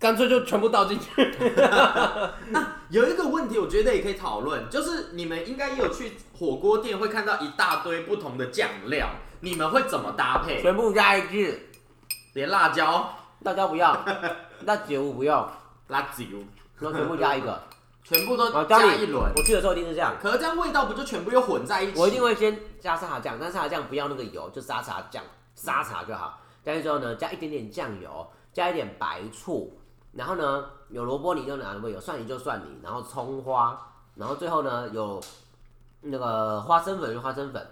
S3: 干脆就全部倒进去。
S2: 有一个问题，我觉得也可以讨论，就是你们应该也有去火锅店会看到一大堆不同的酱料，你们会怎么搭配？
S1: 全部加一致。
S2: 连辣椒、
S1: 大家不要，那酒我不要，
S2: 辣椒，
S1: 然后全部加一 个。
S2: 全部都
S1: 我教
S2: 加
S1: 你
S2: 一轮。
S1: 我去的时候一定是这样，
S2: 可是这样味道不就全部又混在一起？
S1: 我一定会先加沙茶酱，但沙茶酱不要那个油，就沙茶酱，沙茶就好。加进去之后呢，加一点点酱油，加一点白醋，然后呢有萝卜泥就拿萝卜，有蒜泥就蒜泥，然后葱花，然后最后呢有那个花生粉就花生粉，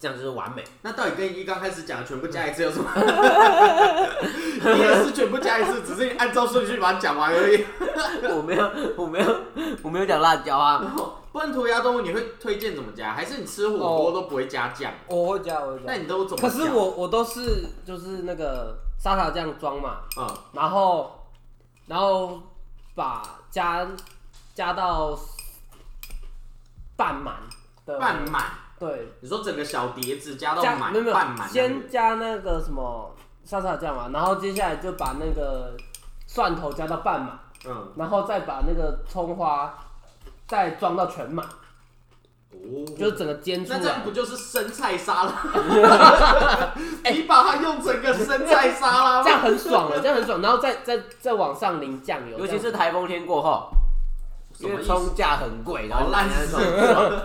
S1: 这样就是完美。
S2: 那到底跟一刚开始讲的全部加一次有 什么？你也是全部加一次，只是你按照顺序把它讲完而已。
S1: 我没有， 我没有，我没有讲辣椒啊。
S2: 不然涂鸦动物你会推荐怎么加？还是你吃火
S1: 哦
S2: 锅都不会加酱？
S3: 我会加，我会
S2: 那。你都怎么
S3: 可
S2: 加？
S3: 是我我都是就是那个沙茶酱装嘛，
S2: 嗯，
S3: 然后然后把加加到半满的
S2: 半满，
S3: 对
S2: 你说整个小碟子加到
S3: 加
S2: 满，
S3: 没有没有
S2: 半满，
S3: 先加那个什么沙茶酱嘛，然后接下来就把那个蒜头加到半满，
S2: 嗯
S3: 然后再把那个葱花再装到全满，
S2: 哦，
S3: 就是整个煎出
S2: 那这样
S3: 来。
S2: 不就是生菜沙拉？ 你把它用整个生菜沙拉吗，
S3: 这样很爽了，这样很爽，然后再再再往上淋酱油，
S1: 尤
S3: 这
S1: 其
S3: 样
S1: 是台风天过后，
S2: 什
S1: 因
S2: 么
S1: 为
S2: 意思？
S1: 葱价很贵，然
S2: 好
S1: 后
S2: 烂
S1: 人 家
S2: 死
S1: 说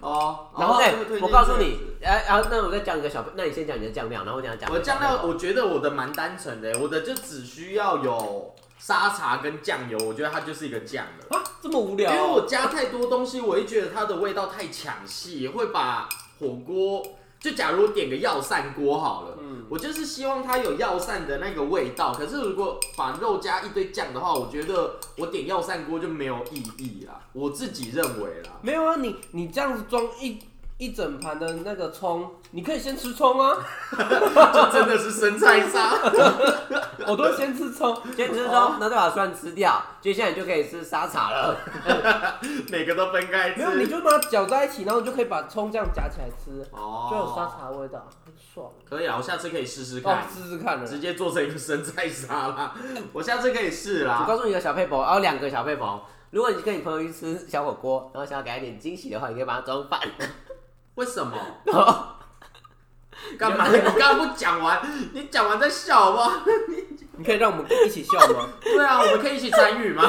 S2: 哦，
S1: 然后
S2: 哦
S1: 哎、
S2: 就推荐
S1: 我告诉
S2: 这样
S1: 你
S2: 子，
S1: 哎、然后那我再讲一个小，那你先讲你的酱料，然后我讲讲
S2: 我酱料，我觉得我的蛮单纯的，我的就只需要有沙茶跟酱油，我觉得它就是一个酱了。
S3: 啊这么无
S2: 因
S3: 聊
S2: 为
S3: 哦、
S2: 我加太多东西，我会觉得它的味道太抢戏，会把火锅就假如我点个药膳锅好了，
S3: 嗯，
S2: 我就是希望它有药膳的那个味道。可是如果把肉加一堆酱的话，我觉得我点药膳锅就没有意义啦，我自己认为啦。
S3: 没有啊，你你这样子装一一整盘的那个葱，你可以先吃 葱啊，
S2: 这真的是生菜沙，
S3: 我都会先吃葱，
S1: 先吃中，然后再把蒜吃掉，接下来你就可以吃沙茶了。
S2: 每个都分开吃
S3: 没。有你就把它搅在一起，然后你就可以把葱这样夹起来吃，
S2: 哦，
S3: 就有沙茶味道，很爽。
S2: 可以啊，我下次可以试试看。
S3: 哦，试试看了，
S2: 直接做成一个生菜沙拉，我下次可以试
S1: 我
S2: 啦。
S1: 告诉你一个小配博，然后两个小配博。如果你跟你朋友去吃小火锅，然后想要给他一点惊喜的话，你可以把它装 饭。
S2: 为什么？
S1: 然后
S2: 干嘛？你刚刚不讲完，你讲完再笑好不好？
S3: 你可以让我们一起笑 吗？
S2: 对啊，我们可以一起参与吗？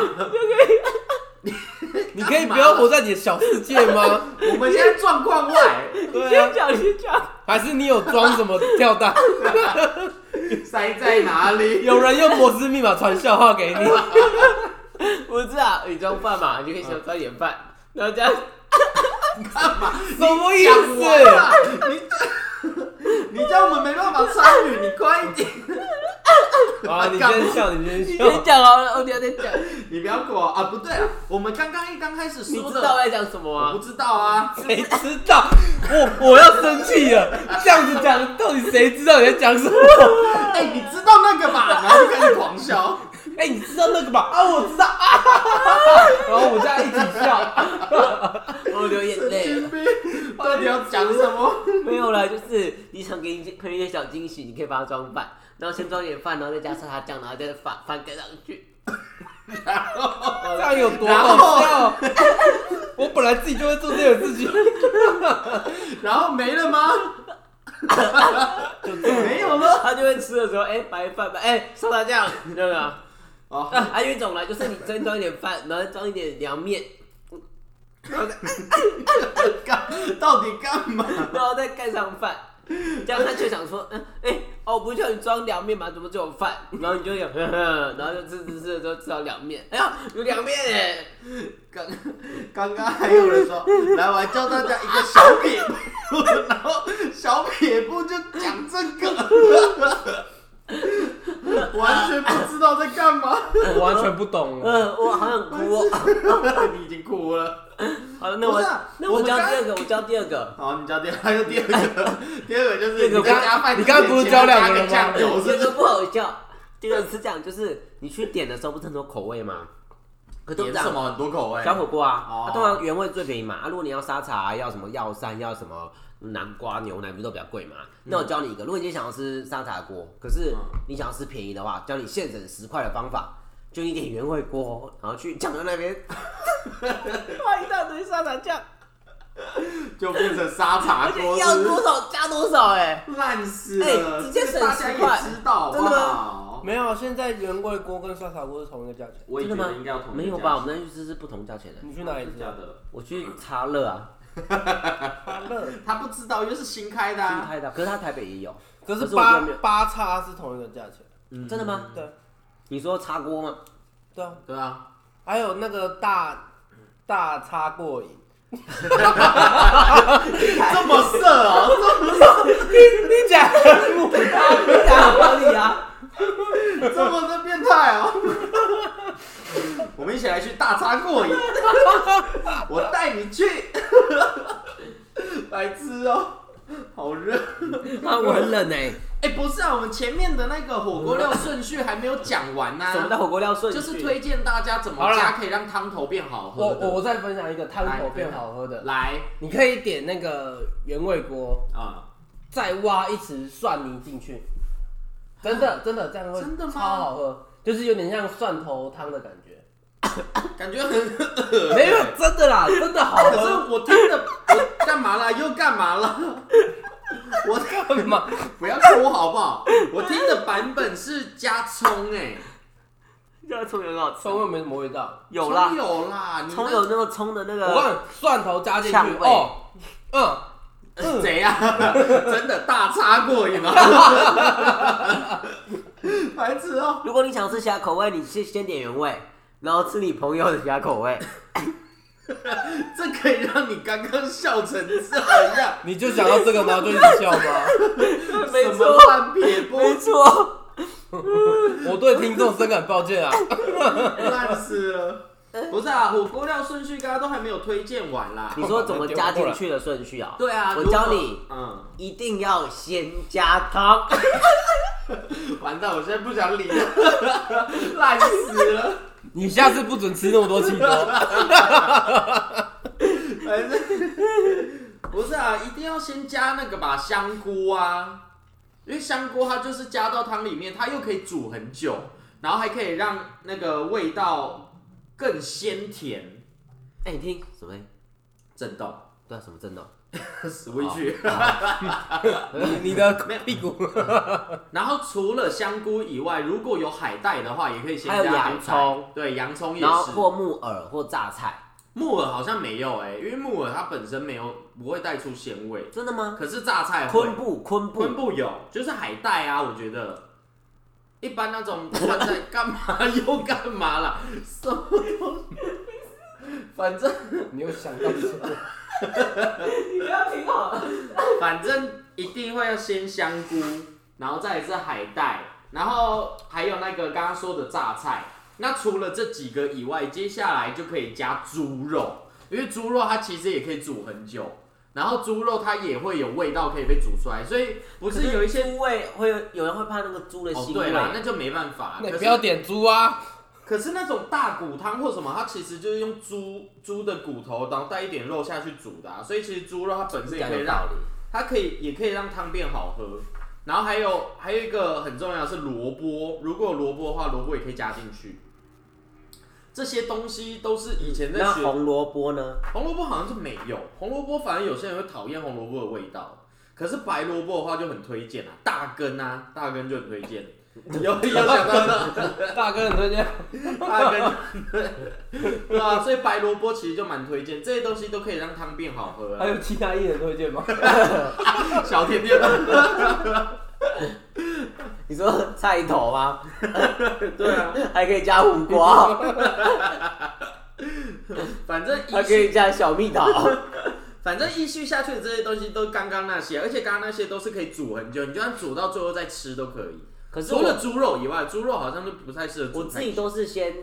S3: 你可以不要活在你的小世界吗？
S2: 我们现在状况外，
S3: 对啊，
S1: 讲先讲，
S3: 还是你有装什么吊 带？
S2: 塞在哪里？
S3: 有人用摩斯密码传笑话给你，
S1: 不是啊，你装饭嘛，你就可以先装一点饭，然后这样
S2: 干嘛？
S3: 什么 意
S2: 讲完
S3: 思？
S2: 了，你 这你这样我们没办法参与，你快一点，
S3: 好了，你先笑，你先
S1: 你
S3: 笑
S1: 先。讲好了，我等一下再讲。
S2: 你不要给我啊！不对啊，我们刚刚一刚开始
S1: 你
S2: 说
S1: 知道我
S2: 的，
S1: 在讲什么
S2: 我不
S1: 吗？
S2: 知道啊。
S3: 谁知道？我我要生气了！这样子讲，到底谁知道你在讲什么？
S2: 哎，你知道那个吧？然后就开始狂笑。
S3: 哎、你知道那个吧？啊，我知 道啊！然后我们大家一起笑。
S1: 我流眼
S2: 神
S1: 泪了。
S2: 经病，到底要讲什么？
S1: 没有啦，就是你想给你朋友一些小惊喜，你可以把它装饭，然后先装点饭，然后再加沙茶酱，然后再翻翻盖上去。
S3: 这样有多好笑？我本来自己就会做这种事情，
S2: 然后没了吗？
S1: 就这样
S2: 没有了。
S1: 他就会吃的时候，哎、白饭吧，哎、沙茶酱，你知道吗？
S2: 哦，
S1: 啊还有一种啦，就是你先装一点饭，然后装一点凉面，
S2: 干 到底干嘛？
S1: 然后再盖上饭，这样他就想说，嗯，哎、哦，我不是叫你装凉面吗？怎么只有饭？然后你就想，呵呵， 然后就吃吃吃的时候吃到凉面，哎呀，有凉面哎，
S2: 刚刚刚还有人说，来，我还教大家一个小撇步，然后小撇步就讲这个， 完全不知道在干嘛，
S3: 我完全不懂了。
S1: 嗯、我好想哭、哦。
S2: 你已经哭了。
S1: 好了，那我、
S2: 不是啊
S1: 那我
S2: 我们
S1: 教
S2: 刚
S1: 第二个，我教第二个。
S2: 好，你教第二，还有第二个，第二个就是
S3: 第二个
S2: 你在加饭
S3: 你
S2: 之前，
S3: 刚刚不是教两个人吗
S2: 加酱油是
S1: 这
S2: 不是
S1: 个？不好笑。这个是这样，就是你去点的时候不是很多口味吗？可通
S2: 点
S1: 常
S2: 什么很多口味，
S1: 小火锅啊，
S2: 哦
S1: 它通常原味最便宜嘛。啊，如果你要沙茶，要什么药膳，要什么南瓜牛奶，不是都比较贵嘛？那我教你一个，如果你今天想要吃沙茶锅，可是
S2: 嗯
S1: 你想要吃便宜的话，教你现省十块的方法，就你点原味锅，然后去酱油那边放一大堆沙茶酱，
S2: 就变成沙茶
S1: 而且
S2: 锅，
S1: 要
S2: 是不
S1: 多
S2: 是
S1: 少加多少哎、
S2: 烂死了，
S1: 哎直接
S2: 这个
S1: 省
S2: 大家也
S1: 10块
S2: 知道好不
S1: 真的吗
S2: 好？
S3: 没有，现在原味锅跟沙茶锅是同一个价钱。
S2: 我也觉
S1: 真的
S2: 得
S1: 吗
S2: 应该要同一个
S1: 没有
S2: 价
S1: 吧？
S2: 钱
S1: 我们那去吃是不同价钱的。
S3: 你去哪里吃？
S2: 假的？
S1: 我去茶乐啊，
S3: 芭乐，
S2: 他不知道，因为是新开的、
S1: 新
S2: 啊。
S1: 开的，可是它台北也有，
S3: 可
S1: 可
S3: 是
S1: 是我觉得
S3: 八
S1: 没有
S3: 八叉是同一个价钱。
S2: 嗯
S1: 真的吗？
S3: 对
S1: 你说茶锅吗？
S3: 对啊，
S2: 对啊，
S3: 还有那个大大叉过瘾，
S2: 这么色哦、
S3: 你讲
S1: 大合理啊，
S2: 这么的变态哦、 我们一起来去大叉过瘾，我带你去。白痴哦、好热。
S1: 啊，我很冷哎、
S2: 哎、不是啊，我们前面的那个火锅料顺序还没有讲完呢、
S1: 什么叫火锅料顺序？
S2: 嗯就是推荐大家怎
S3: 好
S2: 么
S3: 啦
S2: 加可以让汤头变好
S3: 我
S2: 喝
S3: 我
S2: 的。
S3: 我再分享一个汤头变好喝的，
S2: 来
S3: 你可以点那个原味锅，
S2: 啊、
S3: 再挖一匙蒜泥进去，真的真的这样会
S2: 啊真的吗
S3: 超好喝，就是有点像蒜头汤的感觉。
S2: 感觉很。
S3: 没有真的啦，真的好
S2: 可
S3: 喝。
S2: 是我听的，我干嘛啦？又干嘛啦？ 我
S3: 干嘛？
S2: 不要抠好不好？我听的版本是加葱哎、
S8: 这个葱油很好吃
S3: 葱，又没什么味道，
S8: 有啦
S2: 葱，有啦，
S1: 嗯
S2: 你
S8: 葱油那个葱的那
S2: 呃
S3: 我告诉
S8: 个，
S3: 你，蒜头加进去
S8: 呛味
S3: 哦，嗯，
S2: 那 谁呀、真的大叉过瘾吗？啊 白痴哦、
S1: 如果你想吃其他口味，你先先点原味，然后吃你朋友的其他口 味。
S2: 这可以让你刚刚笑成这样，
S3: 你就想到这个，然后就一直笑吗？
S2: 什么乱撇波，
S8: 没错，
S3: 我对听众深感抱歉啊。
S2: 烂死了。不是啊，火锅料顺序刚刚都还没有推荐完啦。
S1: 你说怎么加进去的顺序啊？
S2: 对啊，
S1: 我
S2: 如果
S1: 教你，
S2: 嗯，
S1: 一定要先加汤。
S2: 完蛋，我现在不想理了， 烂死了。
S3: 你下次不准吃那么多气球。
S2: 反正不是啊，一定要先加那个吧，香菇啊，因为香菇它就是加到汤里面，它又可以煮很久，然后还可以让那个味道更鲜甜。
S1: 哎，你听什么？
S2: 震动，
S1: 对啊，什么震动？
S2: 死回去。
S3: 你的屁股，
S2: 然后除了香菇以外，如果有海带的话，也可以先
S1: 还有
S2: 加海
S1: 洋
S2: 带
S1: 葱，
S2: 对，洋葱也
S1: 然后
S2: 是。
S1: 或木耳或榨菜，
S2: 木耳好像没有哎、因为木耳它本身没有不会带出鲜味，
S1: 真的吗？
S2: 可是榨菜会
S1: 昆。布，昆
S2: 昆
S1: 布，
S2: 布有，就是海带啊，我觉得。一般那种川菜干嘛又干嘛啦， 什么东西？反正
S3: 你又想到什么？
S6: 你不要停好了，
S2: 反正一定会要先香菇，然后再来是海带，然后还有那个刚刚说的榨菜。那除了这几个以外，接下来就可以加猪肉，因为猪肉它其实也可以煮很久，然后猪肉它也会有味道可以被煮出来，所以不是有一些
S1: 猪味会有有人会怕那个猪的
S2: 哦
S1: 腥
S2: 对啦，
S1: 味，
S2: 那就没办法。
S3: 那
S2: 可
S3: 你
S2: 是
S3: 不要点猪啊！
S2: 可是那种大骨汤或什么，它其实就是用猪猪的骨头，然后带一点肉下去煮的、啊，所以其实猪肉它本身也
S1: 讲
S2: 可以
S1: 有
S2: 让
S1: 道理。
S2: 它可以也可以让汤变好喝。然后还有还有一个很重要的是萝卜，如果有萝卜的话，萝卜也可以加进去。这些东西都是以前在
S1: 那
S2: 学
S1: 红萝卜呢？
S2: 红萝卜好像是没有，红萝卜反而有些人会讨厌红萝卜的味道，可是白萝卜的话就很推荐啊，大根啊，大根就很推荐。有有想到这？
S3: 大哥很推荐，
S2: 大根， 对啊，所以白萝卜其实就蛮推荐，这些东西都可以让汤变好喝、
S1: 哎
S3: 还
S2: 啊。
S3: 有其他艺人推荐吗？
S2: 小甜甜，
S1: 你说菜头吗？
S2: 对啊，
S1: 还可以加 胡瓜，
S2: 反正
S1: 还可
S2: 依序，
S1: 以加小 蜜桃。
S2: 反正依序下去的这些东西都刚刚那些，啊而且刚刚那些都是可以煮很久，你就算煮到最后再吃都可以。
S1: 可是
S2: 除
S1: 我
S2: 了猪肉以外，猪肉好像就不太适合
S1: 我
S2: 煮
S1: 自
S2: 太
S1: 己
S2: 久。
S1: 都是先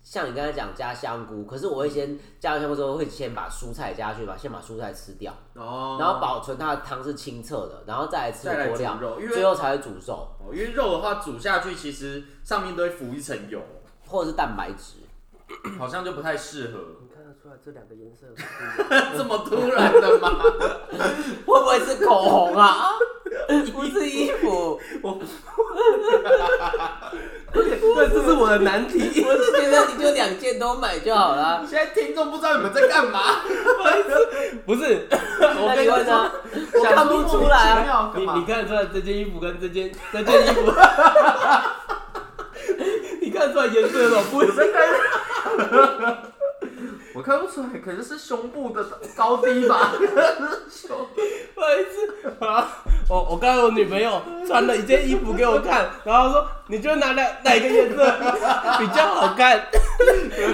S1: 像你刚才讲加香菇，可是我会先加完香菇之后会先把蔬菜加下去吧，先把蔬菜吃掉，
S2: 哦，
S1: 然后保存它的汤是清澈的，然后再来吃
S2: 再来
S1: 火锅料
S2: 煮肉因，为
S1: 最后才会煮熟
S2: 哦因为肉的话煮下去，其实上面都会浮一层油。
S1: 或者是蛋白质。
S2: 好像就不太适合。
S3: 你看得出来这两个颜色有
S2: 这么突然的吗？
S1: 会不会是口红啊？不是衣服，
S3: 对，这是我的难题。
S1: 我是觉得你就两件都买就好啦。
S2: 现在听众不知道你们 在干嘛，
S3: 不是，
S1: 那你问呢？我看不出来 啊。
S2: 啊
S3: 你你看得出来这件衣服跟这件 这件衣服，你看得出来颜色有什么不一样？
S2: 我看不出来，可能是胸部的高低吧。胸
S3: 不好意思啊，我我刚才我女朋友穿了一件衣服给我看，然后她说你觉得哪哪哪个颜色 比较好看？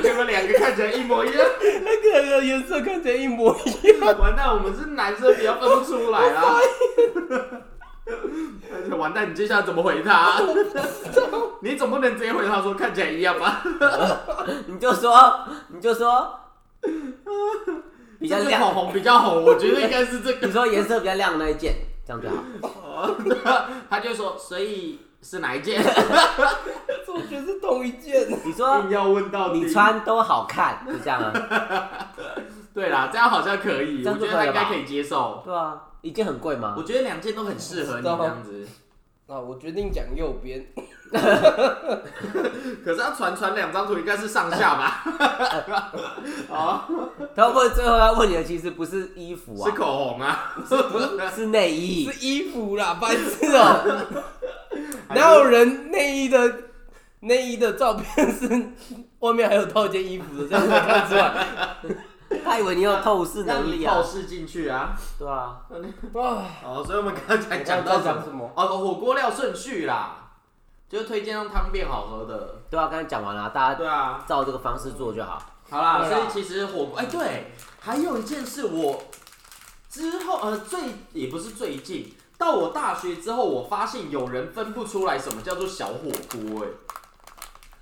S2: 结果两个看起来一模一样，
S3: 那个颜色看起来一模一样。
S2: 完蛋，我们是男生比较分不出来啦。而且完蛋，你接下来怎么回他？你总不能直接回他说看起来一样吧？
S1: 你就说，你就说，比较
S2: 这个口
S1: 亮，
S2: 红比较红，我觉得应该是这
S1: 你
S2: 个。
S1: 说颜色比较亮的那一件，这样就好。
S2: 他就说，所以是哪 一件？
S3: 可是我觉得是同一件。
S1: 你说
S2: 硬要问到底
S1: 你。穿都好 看，是这样啊？
S2: 对啦，这样好像可以，
S1: 这
S2: 我
S1: 样就
S2: 觉得
S1: 可
S2: 他
S1: 以了
S2: 应
S1: 吧
S2: 该可以接受。
S1: 对啊，一件很贵吗
S2: 我？觉得两件都很适合你
S3: 知道
S2: 这样子，
S3: 啊，我决定讲右边。
S2: 可是他传传两张图应该是上下 吧？哦，
S1: 他问最后要问你的其实不是衣服
S2: 是
S1: 啊，
S2: 口红啊，
S1: 是内衣。
S3: 是衣服啦，白痴 哦、哪有人内衣的内衣的照片是外面还有套一件衣服的，这样才看得出 来。
S1: 他以为你有透视
S2: 让
S1: 能
S2: 你
S1: 力
S2: 透
S1: 啊？
S2: 视进去啊。
S1: 对啊，
S3: 哇，
S2: 哦，所以我们刚才讲
S3: 我
S2: 到
S3: 刚才讲
S2: 什
S3: 什么
S2: 哦，火锅料顺序啦，就是推荐让汤变好喝的。
S1: 对啊，刚才讲完了，大家
S2: 对啊，
S1: 照这个方式做就好。
S2: 好啦，
S3: 对啊
S2: 所
S3: 啦
S2: 以其实火锅，哎、对，还有一件事我之后呃最也不是最近，到我大学之后，我发现有人分不出来什么叫做小火锅、哎。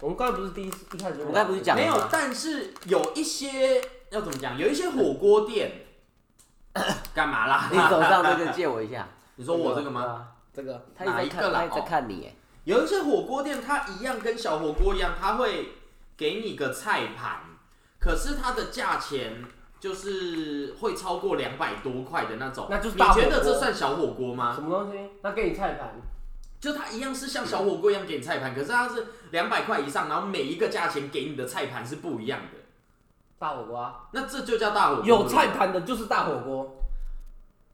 S3: 我们刚才不是第一次一开始就
S1: 我们刚才不是讲
S2: 没
S1: 了
S2: 有，
S1: 吗？
S2: 但是有一些要怎么讲？有一些火锅店 干嘛啦？
S1: 你手上那个借我一下。
S2: 你说我这个吗？
S1: 啊，
S3: 这个
S1: 他一直在
S2: 哪一个
S1: 看，
S2: 啦
S1: 他一直在看你耶。
S2: 有一些火锅店，它一样跟小火锅一样，它会给你个菜盘，可是它的价钱就是会超过两百多块的那种。
S3: 那就是
S2: 你
S3: 大火锅
S2: 觉得这算小火锅吗？
S3: 什么东西？他给你菜盘，
S2: 就它一样是像小火锅一样给你菜盘，可是它是两百块以上，然后每一个价钱给你的菜盘是不一样的。
S3: 大火锅、啊，
S2: 那这就叫大火锅。
S3: 有菜盘的就是大火锅。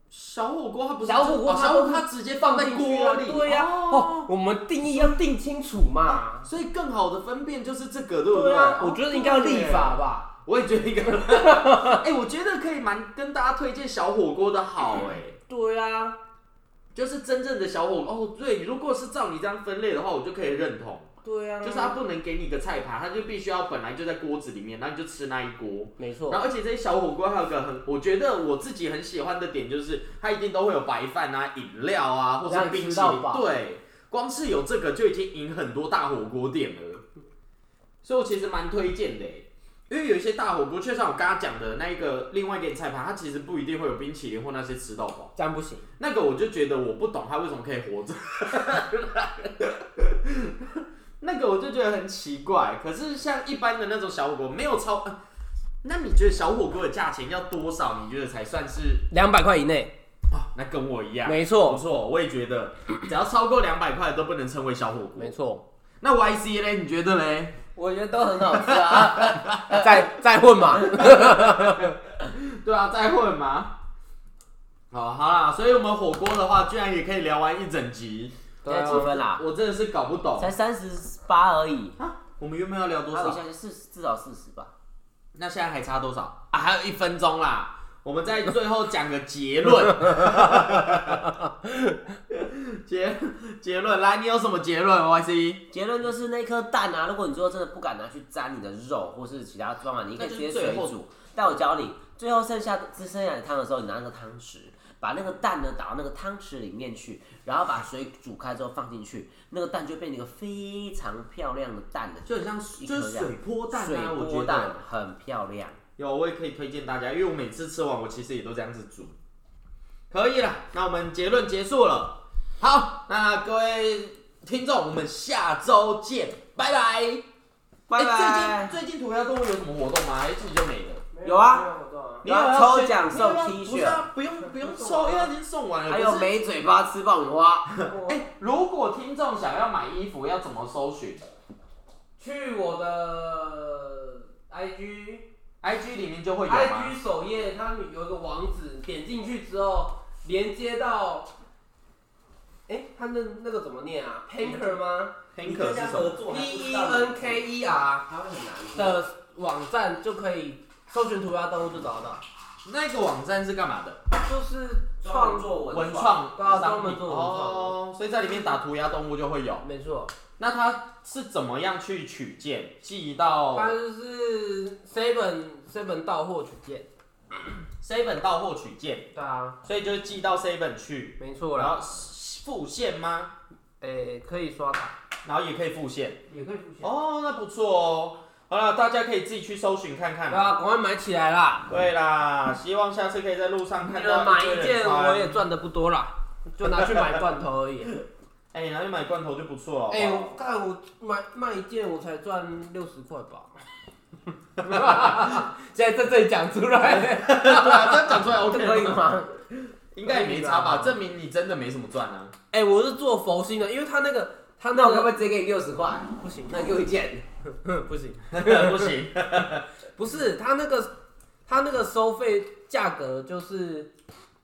S2: 小火锅它不是
S3: 小火锅
S2: 哦
S3: 它
S2: 小火锅
S3: 都
S2: 它
S3: 是
S2: 直接放在
S3: 进去
S2: 锅
S3: 啊
S2: 里，
S3: 对呀、哦，我们定义要定清楚嘛。
S2: 所以更好的分辨就是这个，对不
S3: 对啊，
S2: 哦
S3: 我觉得应该要立法吧。
S2: 我也觉得一个， 哎、我觉得可以蛮跟大家推荐小火锅的好哎、
S3: 对啊，
S2: 就是真正的小火哦，对，如果是照你这样分类的话，我就可以认同，
S3: 对啊，
S2: 就是它不能给你个菜盘，它就必须要本来就在锅子里面，然后你就吃那一锅。
S3: 没错
S2: 然。后而且这些小火锅还有个很，我觉得我自己很喜欢的点就是，它一定都会有白饭啊、饮料啊，或
S3: 让
S2: 是
S3: 你
S2: 冰
S3: 吃
S2: 淇
S3: 到
S2: 淋。
S3: 饱
S2: 对，光是有这个就已经赢很多大火锅店了，所以我其实蛮推荐的欸。因为有一些大火锅，就像我刚刚讲的那一个另外一个菜盘，它其实不一定会有冰淇淋或那些吃到饱。
S3: 这样不行，
S2: 那个我就觉得我不懂他为什么可以活着， 那个我就觉得很奇怪。可是像一般的那种小火锅，没有超，呃那你觉得小火锅的价钱要多少？你觉得才算是
S3: 两百块以内，
S2: 啊？那跟我一样，
S3: 没
S2: 不
S3: 错，
S2: 错，我也觉得，只要超过两百块都不能称为小火锅。
S3: 没错。
S2: 那 Y C 嘞？你觉得嘞？
S1: 我觉得都很好吃啊。
S3: 再再混 嘛。
S2: 对啊，再混嘛。哦，好啦，所以我们火锅的话，居然也可以聊完一整集，
S1: 现在几分啦？
S2: 我真的是搞不懂
S1: 才三十八而已，
S2: 啊！我们原本要聊多
S1: 还有一？
S2: 少
S1: 下是至少四十吧。
S2: 那现在还差多少啊？还有一分钟啦，我们在最后讲个结论。 结结论，来，你有什么结论？Y C，
S1: 结论就是那颗蛋啊，如果你最后真的不敢拿去沾你的肉或是其他方法，你可以直接水
S2: 那就是最
S1: 煮。但我教你，最后剩下只剩下的汤的时候，你拿那个汤匙把那个蛋呢打到那个汤匙里面去，然后把水煮开之后放进去，那个蛋就变成一个非常漂亮的蛋了，
S2: 就很像
S1: 一
S2: 就
S1: 颗
S2: 是
S1: 这样
S2: 水波蛋
S1: 水
S2: 啊，我觉
S1: 波蛋
S2: 得
S1: 很漂亮。
S2: 有，我也可以推荐大家，因为我每次吃完，我其实也都这样子煮。可以了，那我们结论结束了。好，那各位听众，我们下周见，拜拜。
S9: 拜
S2: 哎
S9: 拜。
S2: 最近最近涂鸦动物有什么活动吗？还是自己就没了？
S9: 有啊，
S2: 你有要
S1: 抽
S2: 先
S1: 奖
S2: 你有
S1: 送
S2: 要
S1: T 嗯
S2: 不是啊，不用不用抽，因为它已经送完了。
S1: 还
S2: 可
S1: 有
S2: 是
S1: 没嘴巴吃爆米花，
S2: 哎、如果听众想要买衣服，要怎么搜寻
S3: 去我 的 IG
S2: ？IG 里面就会有吗？
S3: IG 首页，它有一个网址，点进去之后连接到，哎，它那那个怎么念啊？Panker 吗
S2: Pink 是什么？啊
S3: ？P E N K E R
S9: 它会很难。
S3: 的网站就可以搜寻涂鸦动物就找得到，
S2: 那个网站是干嘛的？
S3: 就是创作
S2: 文创
S3: 对啊
S2: 商
S3: 专门
S2: 品
S3: 做文创的
S2: 哦，所以在里面打涂鸦动物就会有。
S3: 没错，
S2: 那它是怎么样去取件？寄到
S3: 它就是 Seven Seven 到货取件，
S2: Seven 到货取件，
S3: 对啊，
S2: 所以就是寄到 Seven 去，
S3: 没错
S2: 然
S3: 啦，
S2: 后付现吗？
S3: 诶，可以刷卡，
S2: 然后也可以付现。
S3: 也可以付钱，
S2: 哦，那不错哦。好了，大家可以自己去搜寻看看
S3: 对。啊，赶快买起来 啦！
S2: 对啦，希望下次可以在路上看
S3: 一人
S2: 到
S3: 买
S2: 堆
S3: 一
S2: 人
S3: 件，
S2: 穿
S3: 我也赚的不多啦，就拿去买罐头而已。
S2: 哎、拿去买罐头就不错了。
S3: 哎、
S2: 哎、
S3: 我看我卖卖一件我才赚六十块吧。 现在在这里讲出来，
S2: 对啊，这样讲出来 OK
S3: 可以吗？
S2: 应该也没差吧？证明你真的没什么赚啊。
S3: 哎、我是做佛心的，因为他那个他
S1: 那我
S3: 那
S1: 可不可
S3: 个
S1: 以直接给你六十块？
S3: 不行，
S1: 那你给我一件。
S3: 不行，
S2: 不行，
S3: 不是他那个他那个收费价格就是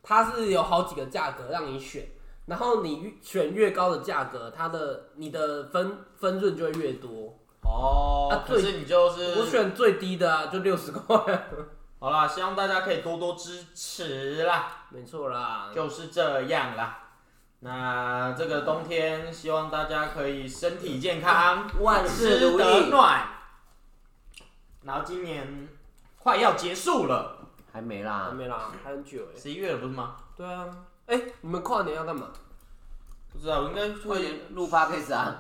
S3: 它是有好几个价格让你选，然后你越选越高的价格，它的你的分分润就会越多。
S2: 哦
S3: 啊
S2: 可是你就是
S3: 我选最低的啊，就六十块，
S2: 好啦，希望大家可以多多支持啦，
S3: 没错啦。
S2: 就是这样啦。那这个冬天，希望大家可以身体健康，
S1: 万事
S2: 吃
S1: 如
S2: 得
S1: 意。
S2: 暖。然后今年快要结束了，
S1: 还没
S3: 还
S1: 啦，
S3: 没啦，还很久哎。
S2: 十一月了不是吗？
S3: 对啊，哎、你们跨年要干嘛？
S2: 不知道，我应该
S1: 过
S2: 会，
S1: 年录 podcast 啊。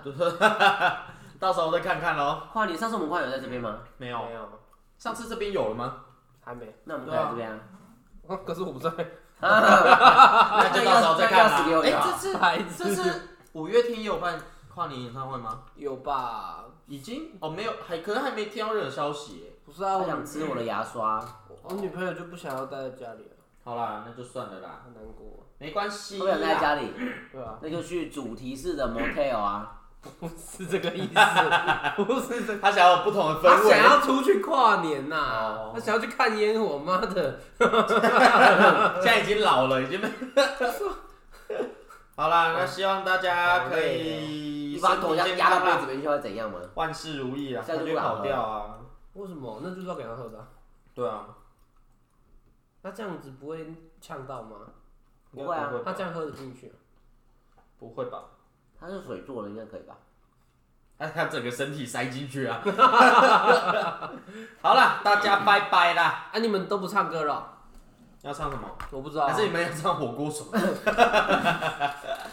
S2: 到时候再看看喽。
S1: 跨年，上次我们跨年有在这边吗？
S2: 没有，
S3: 有，
S2: 上次这边有了吗？
S3: 还没。
S1: 那我们可以来这边啊。
S3: 可是我不在。
S2: 哎 啊那就到时候再看啦。
S1: 那要
S2: 哎，这次
S3: 孩
S2: 这次五月天也有办跨年演唱会吗？
S3: 有吧？
S2: 已经哦，没有，还可能还没听到任何消息耶。
S3: 不是啊，
S1: 我
S3: 我
S1: 想吃我的牙刷，
S3: 我女朋友就不想要待在家里了，
S2: 好啦，那就算了啦，
S3: 很难过。
S2: 没关系
S1: 不想
S2: 啦。
S1: 在家里，
S3: 对啊，
S1: 那就去主题式的 motel 啊。
S3: 不是这个意 思，不是这个。
S2: 他想要有不同的
S3: 他
S2: 氛围
S3: 想。要出去跨年呐、
S2: 哦
S3: 他想要去看烟火，妈的！
S2: 现在已经老了，已经没。好啦，那希望大家可以
S1: 你
S2: 身
S1: 把头
S2: 体
S1: 压
S2: 健
S1: 压
S2: 康啊
S1: 到被
S2: 啦
S1: 子，边去会怎样吗？
S2: 万事如意啊！
S1: 现
S2: 他
S1: 在就不
S2: 就跑
S1: 好
S2: 掉啊。
S3: 为什么？那就是要给他喝的啊、
S2: 对啊，
S3: 那这样子不会呛到吗？
S2: 应该
S1: 不会啊
S2: 不会
S3: 他
S2: 吧
S3: 这样喝得进去啊、
S2: 不会吧？
S1: 他是水做的，应该可以吧？
S2: 他他整个身体塞进去啊！ 好啦，大家拜拜啦！
S3: 啊？你们都不唱歌了？
S2: 要唱什么？
S3: 我不知道、啊
S2: 还，是你们要唱火锅什么？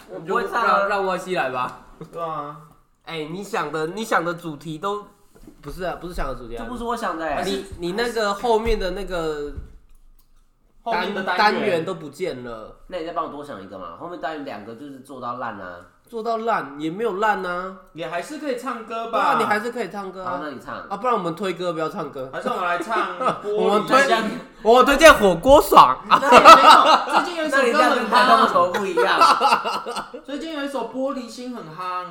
S1: 我
S3: 你
S1: 不
S3: 就
S1: 会唱
S3: 让
S1: 啊。
S3: 让外西来吧。
S2: 对啊，
S3: 哎、你想的你想的主题都不是啊，不是想的主题
S1: 这
S3: 啊。
S1: 不是我想的欸，
S3: 你你那个后面的那个
S2: 后面的
S3: 单
S2: 元
S3: 元都不见了，
S1: 那你再帮我多想一个嘛。后面当然两个就是做到烂啊。
S3: 做到烂也没有烂啊，
S2: 也还是可以唱歌
S3: 不然
S2: 吧？
S3: 啊你还是可以唱歌
S1: 好，
S3: 啊。
S1: 那你唱。
S3: 啊，不然我们推歌不要唱歌，
S2: 还是我们来唱
S3: 我
S2: 玻
S3: 们
S2: 璃
S3: 推
S2: 心。
S3: 我推荐火锅爽
S1: 哎
S3: 啊，
S2: 那也没有，最近有一
S1: 那你这
S2: 首歌
S1: 样
S2: 很啊
S1: 跟他们
S2: 夯，
S1: 头不一样。
S2: 最近有一首《玻璃心》很夯，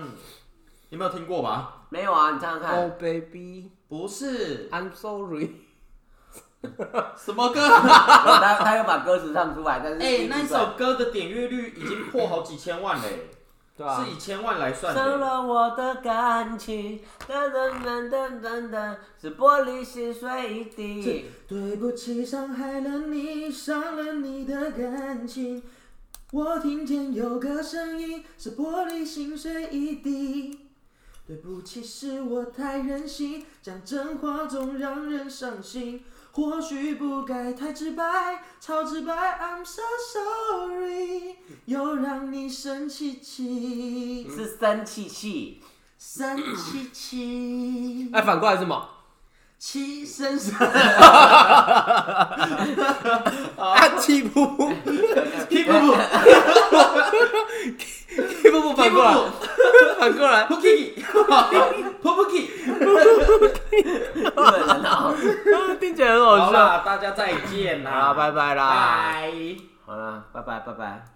S2: 你没有听过吧？
S1: 没有啊，你唱唱
S3: 哦
S1: 看。
S3: baby，I'm
S2: 不是
S3: sorry，
S2: 什么 歌？
S1: 他他又把歌词唱出来，但是
S2: 哎，
S1: 并不
S2: 那一
S1: 算
S2: 首歌的点阅率已经破好几千万嘞，
S3: 对啊
S2: 是以千万来算
S1: 伤
S2: 的。
S1: 了我的感情，噔噔噔噔噔噔，是玻璃心碎地。
S2: 对不起，伤害了你，伤了你的感情。我听见有个声音，是玻璃心碎一地。对不起，是我太任性，讲真话总让人伤心。或许不该太直白，超直白，I'm so sorry，又让你生气气，
S1: 是生气气，
S2: 生气气，
S3: 哎，反过来是
S1: 啊
S3: 什么？
S2: 气生生。
S3: 啊，气噗噗，
S2: 屁股 不
S3: 气噗噗反过来，反过来，
S2: ，Cookie， ，Pupuki，
S1: 日本人啊，
S3: 听起来很
S2: 好
S3: 好笑。
S2: 啦，大家再见啦，
S1: 好，拜拜啦，
S2: 拜。
S1: 好啦，拜拜，拜拜。